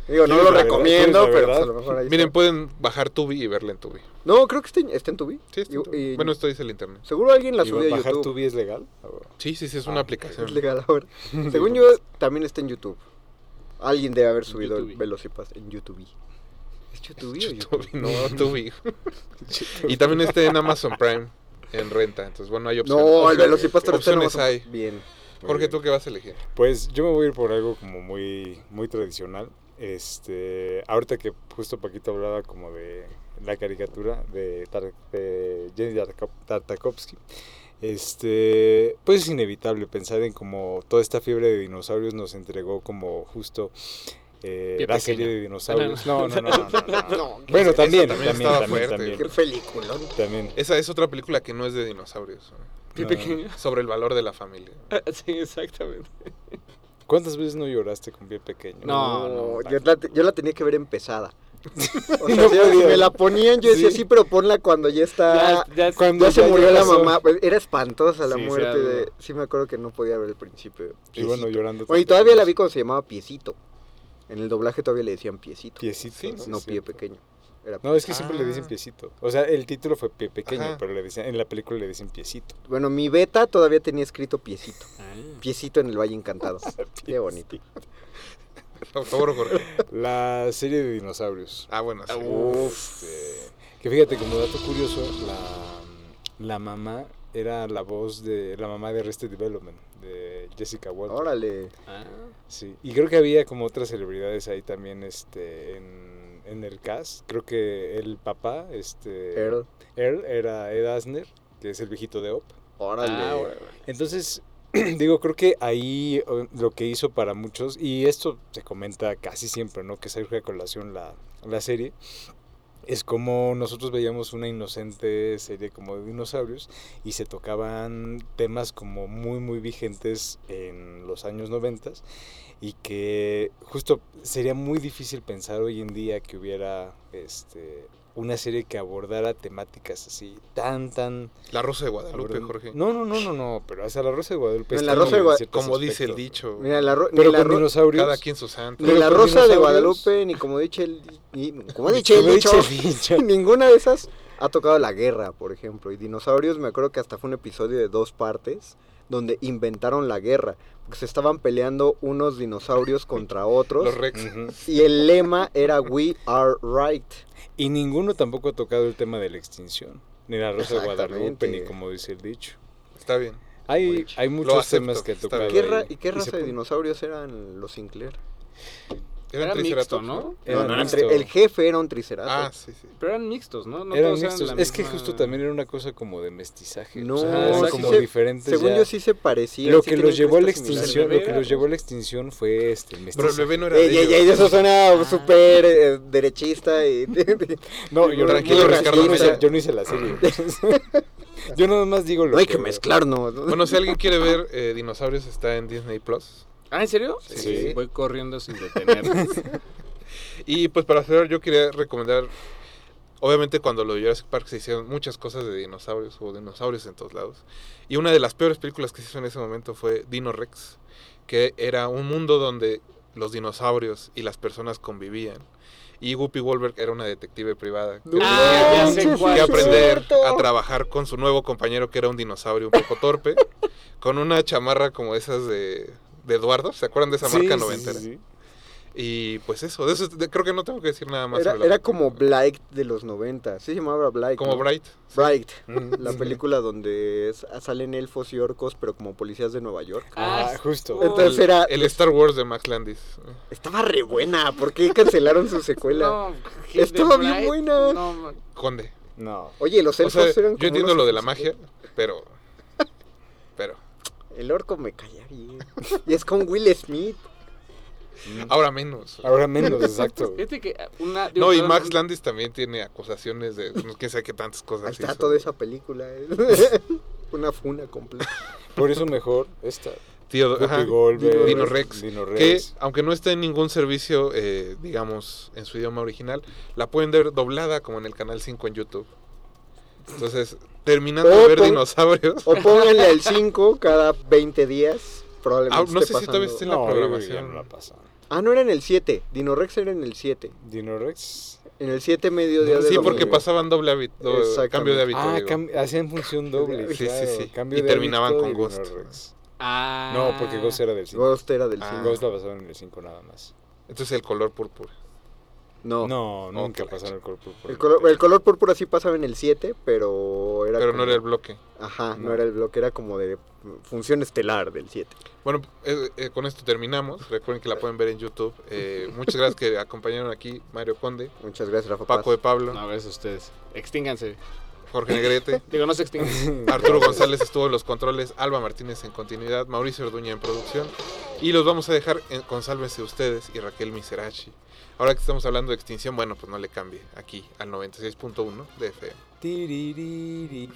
Speaker 3: Digo, no
Speaker 2: ¿Quieres
Speaker 3: lo
Speaker 2: la verdad?
Speaker 3: recomiendo,
Speaker 2: ¿Quieres la
Speaker 3: pero pues, a
Speaker 2: verdad?
Speaker 3: lo mejor ahí
Speaker 1: Miren, pues,
Speaker 3: está.
Speaker 1: pueden bajar Tubi y verla en Tubi.
Speaker 3: No, creo que está, en- está en Tubi.
Speaker 1: Sí, está en
Speaker 3: Y-
Speaker 1: Tubi.
Speaker 3: y-
Speaker 1: Bueno, esto dice el internet.
Speaker 3: Seguro alguien la
Speaker 2: ¿Y
Speaker 3: subió a
Speaker 2: bajar
Speaker 3: YouTube.
Speaker 2: tu vida es legal? Ahora,
Speaker 1: Sí, sí, sí, es una
Speaker 2: Ah,
Speaker 1: aplicación.
Speaker 3: Es legal ahora. Según yo, también está en YouTube. Alguien debe haber subido el
Speaker 4: YouTube.
Speaker 3: Velocipas en YouTube. ¿Es YouTube o YouTube?
Speaker 1: Tubi, no, Tubi. y también está en Amazon Prime, en renta. Entonces, bueno, hay opciones.
Speaker 3: No, el
Speaker 1: Opciones-
Speaker 3: Velocipastor está en
Speaker 1: opciones
Speaker 3: Amazon.
Speaker 1: hay.
Speaker 3: Bien.
Speaker 1: Jorge, ¿tú qué vas a elegir?
Speaker 2: Pues yo me voy a ir por algo como muy, muy tradicional. Este, ahorita que justo Paquito hablaba como de la caricatura de, Tar- de Jenny Tartak- Tartakovsky, este, pues es inevitable pensar en como toda esta fiebre de dinosaurios nos entregó como justo eh,
Speaker 4: Pie
Speaker 2: la
Speaker 4: pequeño.
Speaker 2: serie de dinosaurios.
Speaker 4: Ah,
Speaker 2: No, no, no. no, no, no.
Speaker 3: No, qué-
Speaker 2: Bueno, también,
Speaker 1: también
Speaker 2: también,
Speaker 1: estaba
Speaker 2: también,
Speaker 1: fuerte.
Speaker 3: qué
Speaker 2: también,
Speaker 3: peliculón.
Speaker 2: también.
Speaker 1: Esa es otra película que no es de dinosaurios. ¿no?
Speaker 4: Pie
Speaker 2: No.
Speaker 4: pequeño.
Speaker 1: Sobre el valor de la familia.
Speaker 4: sí, exactamente.
Speaker 2: ¿Cuántas veces no lloraste con pie pequeño?
Speaker 4: No, no.
Speaker 3: yo, la, te- yo la tenía que ver empezada. O sea,
Speaker 2: No
Speaker 3: si
Speaker 2: podía.
Speaker 3: me la ponían, yo decía, sí,
Speaker 2: Sí.
Speaker 3: pero ponla cuando ya está... Ya,
Speaker 4: Ah, Ya, ya-
Speaker 2: Cuando
Speaker 3: se
Speaker 2: ya
Speaker 3: murió la
Speaker 2: pasó.
Speaker 3: mamá. Pues, Era espantosa la
Speaker 4: Sí,
Speaker 3: muerte
Speaker 4: sí,
Speaker 3: de...
Speaker 4: algo.
Speaker 3: Sí me acuerdo que no podía ver el principio.
Speaker 2: Y bueno, llorando.
Speaker 3: Bueno, y
Speaker 2: también.
Speaker 3: todavía la vi cuando se llamaba Piecito. En el doblaje todavía le decían Piecito.
Speaker 2: Piecito.
Speaker 1: Sí,
Speaker 2: ¿no?
Speaker 1: sí,
Speaker 3: no
Speaker 2: Sí.
Speaker 3: Pie Pequeño. Era
Speaker 2: No, es que siempre le dicen
Speaker 1: Ah.
Speaker 2: piecito. O sea, el título fue pie pequeño,
Speaker 1: Ajá.
Speaker 2: pero le decían, en la película le dicen piecito.
Speaker 3: Bueno, mi beta todavía tenía escrito Piecito.
Speaker 4: Ah.
Speaker 3: Piecito en el Valle Encantado. Qué bonito.
Speaker 1: Por favor, Jorge.
Speaker 2: La serie de dinosaurios.
Speaker 1: Ah, bueno, sí.
Speaker 2: Este, que fíjate, como dato curioso, la, la mamá era la voz de la mamá de Arrested Development, de Jessica Walter.
Speaker 3: Órale.
Speaker 4: Ah.
Speaker 2: Sí, y creo que había como otras celebridades ahí también este, en, en el cast. Creo que el papá, este,
Speaker 3: Earl.
Speaker 2: Earl, era Ed Asner, que es el viejito de Op.
Speaker 3: Órale.
Speaker 4: Ah, bueno.
Speaker 2: Entonces, digo, creo que ahí eh, lo que hizo para muchos, y esto se comenta casi siempre, ¿no? Que surge a colación la, la serie, es como nosotros veíamos una inocente serie como de dinosaurios y se tocaban temas como muy, muy vigentes en los años 90 y que justo sería muy difícil pensar hoy en día que hubiera este una serie que abordara temáticas así tan tan
Speaker 1: La Rosa de Guadalupe,
Speaker 2: Cabrón.
Speaker 1: Jorge.
Speaker 2: No, no, no, no, no, pero hasta la Rosa de Guadalupe.
Speaker 3: No, en
Speaker 2: está
Speaker 3: la Rosa de
Speaker 2: muy bien
Speaker 3: Guada-
Speaker 2: en ciertos
Speaker 1: Como dice el
Speaker 2: aspectos,
Speaker 1: dicho.
Speaker 3: Mira, la, ro-
Speaker 2: Pero
Speaker 3: ni la
Speaker 2: con
Speaker 3: ro-
Speaker 2: dinosaurios.
Speaker 1: Cada quien su santo.
Speaker 3: ni la
Speaker 2: pero con
Speaker 3: rosa de
Speaker 2: dinosaurios.
Speaker 3: Guadalupe, ni como dicho el, ni- como dicho el
Speaker 2: Como
Speaker 3: dicho,
Speaker 2: dice el dicho.
Speaker 3: ninguna de esas ha tocado la guerra, por ejemplo. Y dinosaurios, me acuerdo que hasta fue un episodio de dos partes donde inventaron la guerra, porque se estaban peleando unos dinosaurios contra otros.
Speaker 1: Los Rex.
Speaker 2: Ujú.
Speaker 3: Y el lema era We Are Right.
Speaker 2: Y ninguno tampoco ha tocado el tema de la extinción. Ni la Rosa de Guadalupe,
Speaker 3: Exactamente.
Speaker 2: ni como dice el dicho.
Speaker 1: Está bien.
Speaker 2: Hay, hay
Speaker 1: Lo
Speaker 2: muchos
Speaker 1: acepto,
Speaker 2: temas que ha
Speaker 1: está
Speaker 2: tocado.
Speaker 1: bien.
Speaker 3: ¿Qué
Speaker 2: ahí.
Speaker 3: ra- ¿Y qué
Speaker 2: se
Speaker 3: raza de
Speaker 2: pone-
Speaker 3: dinosaurios eran los Sinclair?
Speaker 4: Era mixto,
Speaker 1: triceratops,
Speaker 4: ¿no?
Speaker 2: Era
Speaker 3: No, no,
Speaker 2: mixto.
Speaker 3: entre- el jefe era un triceratops.
Speaker 1: Ah, sí, sí.
Speaker 4: Pero eran mixtos, ¿no? No
Speaker 2: Eran
Speaker 4: todos eran
Speaker 2: mixtos.
Speaker 4: la
Speaker 2: Es que
Speaker 4: misma-
Speaker 2: justo también era una cosa como de mestizaje.
Speaker 3: No,
Speaker 2: o sea, eran
Speaker 4: sí
Speaker 2: como
Speaker 4: se-
Speaker 2: diferentes.
Speaker 3: Según
Speaker 2: ya.
Speaker 3: yo sí se parecía.
Speaker 2: lo
Speaker 3: sí
Speaker 2: que
Speaker 3: tenían
Speaker 2: los llevó a la
Speaker 3: crestas similares.
Speaker 2: extinción, lo que
Speaker 4: Era,
Speaker 2: los llevó a la extinción fue este el
Speaker 1: Pero el
Speaker 2: mestizaje.
Speaker 1: bebé no era de
Speaker 3: Ey, ey,
Speaker 1: ellos.
Speaker 3: ey, eso suena
Speaker 4: Ah.
Speaker 3: súper eh, derechista y...
Speaker 2: No, yo,
Speaker 1: Tranquilo,
Speaker 2: yo-
Speaker 1: Ricardo,
Speaker 2: yo no
Speaker 1: mira.
Speaker 2: hice, yo no hice la serie. yo nada más digo lo
Speaker 3: no hay
Speaker 2: que
Speaker 3: que
Speaker 2: veo.
Speaker 3: mezclarnos. ¿no?
Speaker 1: Bueno, si alguien quiere ver eh, dinosaurios, está en Disney Plus.
Speaker 4: Ah, ¿en serio?
Speaker 1: Sí.
Speaker 4: Voy corriendo sin detenerme.
Speaker 1: Y pues para cerrar, yo quería recomendar. Obviamente, cuando lo de Jurassic Park se hicieron muchas cosas de dinosaurios, hubo dinosaurios en todos lados. Y una de las peores películas que se hizo en ese momento fue Dino Rex, que era un mundo donde los dinosaurios y las personas convivían. Y Whoopi Goldberg era una detective privada. que
Speaker 3: No
Speaker 4: Ah, ya sé
Speaker 3: manches,
Speaker 4: cuál.
Speaker 1: que
Speaker 3: sí,
Speaker 1: aprender
Speaker 3: cierto.
Speaker 1: a trabajar con su nuevo compañero que era un dinosaurio un poco torpe, con una chamarra como esas de, de Eduardo, ¿se acuerdan de esa
Speaker 2: Sí,
Speaker 1: marca
Speaker 2: sí,
Speaker 1: noventera?
Speaker 2: sí, sí.
Speaker 1: Y pues eso, de eso es- de- creo que no tengo que decir nada más.
Speaker 3: Era,
Speaker 1: sobre la
Speaker 3: era como
Speaker 1: película.
Speaker 3: Blight de los 90. Sí se llamaba Blight.
Speaker 1: Como
Speaker 3: ¿no?
Speaker 1: Bright.
Speaker 3: Bright.
Speaker 2: Mm.
Speaker 3: La película donde es- ah, salen elfos y orcos, pero como policías de Nueva York.
Speaker 2: Ah,
Speaker 4: Ah,
Speaker 2: justo.
Speaker 4: oh.
Speaker 3: Entonces era...
Speaker 1: El Star Wars de Max Landis.
Speaker 3: Estaba re buena. ¿Por qué cancelaron su secuela?
Speaker 4: No, Hilde
Speaker 3: Estaba bien
Speaker 4: Bright,
Speaker 3: buena.
Speaker 4: no, man.
Speaker 1: Conde.
Speaker 2: No.
Speaker 3: Oye, los
Speaker 1: O
Speaker 3: elfos
Speaker 1: sea,
Speaker 3: eran como
Speaker 1: yo entiendo
Speaker 3: unos
Speaker 1: lo de la
Speaker 3: elfos que-
Speaker 1: magia, pero. Pero.
Speaker 3: El orco me caía bien. Y es con Will Smith.
Speaker 1: Ahora menos.
Speaker 2: Mm. Ahora menos, exacto.
Speaker 4: Fíjate pues, este que una... digo,
Speaker 1: No, y
Speaker 4: perdón,
Speaker 1: Max Landis también tiene acusaciones de no, quién sabe qué tantas cosas.
Speaker 3: Ahí está
Speaker 1: hizo.
Speaker 3: toda esa película. ¿eh? Una funa completa.
Speaker 2: Por eso mejor esta.
Speaker 1: Tío,
Speaker 2: Whoopi
Speaker 1: ajá.
Speaker 2: Goldberg,
Speaker 1: Dino Rex,
Speaker 2: Dino
Speaker 1: que
Speaker 2: Rex.
Speaker 1: aunque no esté en ningún servicio, eh, digamos, en su idioma original, la pueden ver doblada como en el canal 5 en YouTube. Entonces, terminando de
Speaker 3: Oh,
Speaker 1: ver
Speaker 3: pon-
Speaker 1: dinosaurios,
Speaker 3: O pónganle el 5 cada 20 días. Probablemente.
Speaker 1: ah, no sé
Speaker 3: esté
Speaker 1: si todavía está
Speaker 3: pasando.
Speaker 1: en la
Speaker 2: No, yo creo que ya
Speaker 1: programación.
Speaker 2: no la pasan.
Speaker 3: Ah, no era en el 7. Dinorex era en el 7.
Speaker 2: Dinorex.
Speaker 3: En el 7 mediodía
Speaker 2: No,
Speaker 3: de
Speaker 1: Sí,
Speaker 3: domingo.
Speaker 1: porque pasaban doble hábito, doble-
Speaker 3: Exactamente.
Speaker 1: cambio de hábito.
Speaker 2: Ah,
Speaker 1: digo.
Speaker 2: cam- hacían función doble.
Speaker 1: Sí, sí,
Speaker 2: claro,
Speaker 1: sí.
Speaker 2: cambio
Speaker 1: Y
Speaker 2: de
Speaker 1: terminaban
Speaker 2: hábito
Speaker 1: con
Speaker 2: y
Speaker 1: Ghost.
Speaker 2: Dinorex.
Speaker 4: Ah.
Speaker 2: No, porque Ghost era del 5.
Speaker 3: Ghost era del
Speaker 1: Ah.
Speaker 3: 5.
Speaker 2: Ghost la pasaron en el 5 nada más.
Speaker 1: Entonces el color púrpura.
Speaker 3: No.
Speaker 1: Oh.
Speaker 2: No, nunca
Speaker 1: ok.
Speaker 2: pasaron el cuerpo. por
Speaker 3: El
Speaker 2: la
Speaker 3: color,
Speaker 2: tele.
Speaker 3: el color púrpura sí pasaba en el 7, pero era.
Speaker 1: Pero
Speaker 3: como-
Speaker 1: no era el bloque.
Speaker 3: Ajá, no.
Speaker 2: No.
Speaker 3: era el bloque, era como de función estelar del 7.
Speaker 1: Bueno, eh, eh, con esto terminamos. Recuerden que la pueden ver en YouTube. Eh, muchas gracias que acompañaron aquí Mario Conde,
Speaker 3: Muchas gracias, Rafa.
Speaker 1: Paco de
Speaker 3: Paz.
Speaker 1: Pablo,
Speaker 4: No, gracias a ustedes. Extínganse.
Speaker 1: Jorge Negrete,
Speaker 4: Digo, no se extingan.
Speaker 1: Arturo González estuvo en los controles, Alba Martínez en continuidad, Mauricio Orduña en producción. Y los vamos a dejar en- con Sálvense Ustedes y Raquel Miserachi. Ahora que estamos hablando de extinción, bueno, pues no le cambie aquí al 96.1 de FM.
Speaker 2: Tiririri.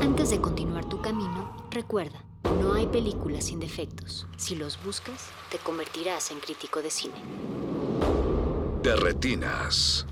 Speaker 5: Antes de continuar tu camino, recuerda, no hay películas sin defectos. Si los buscas, te convertirás en crítico de cine.
Speaker 6: De retinas.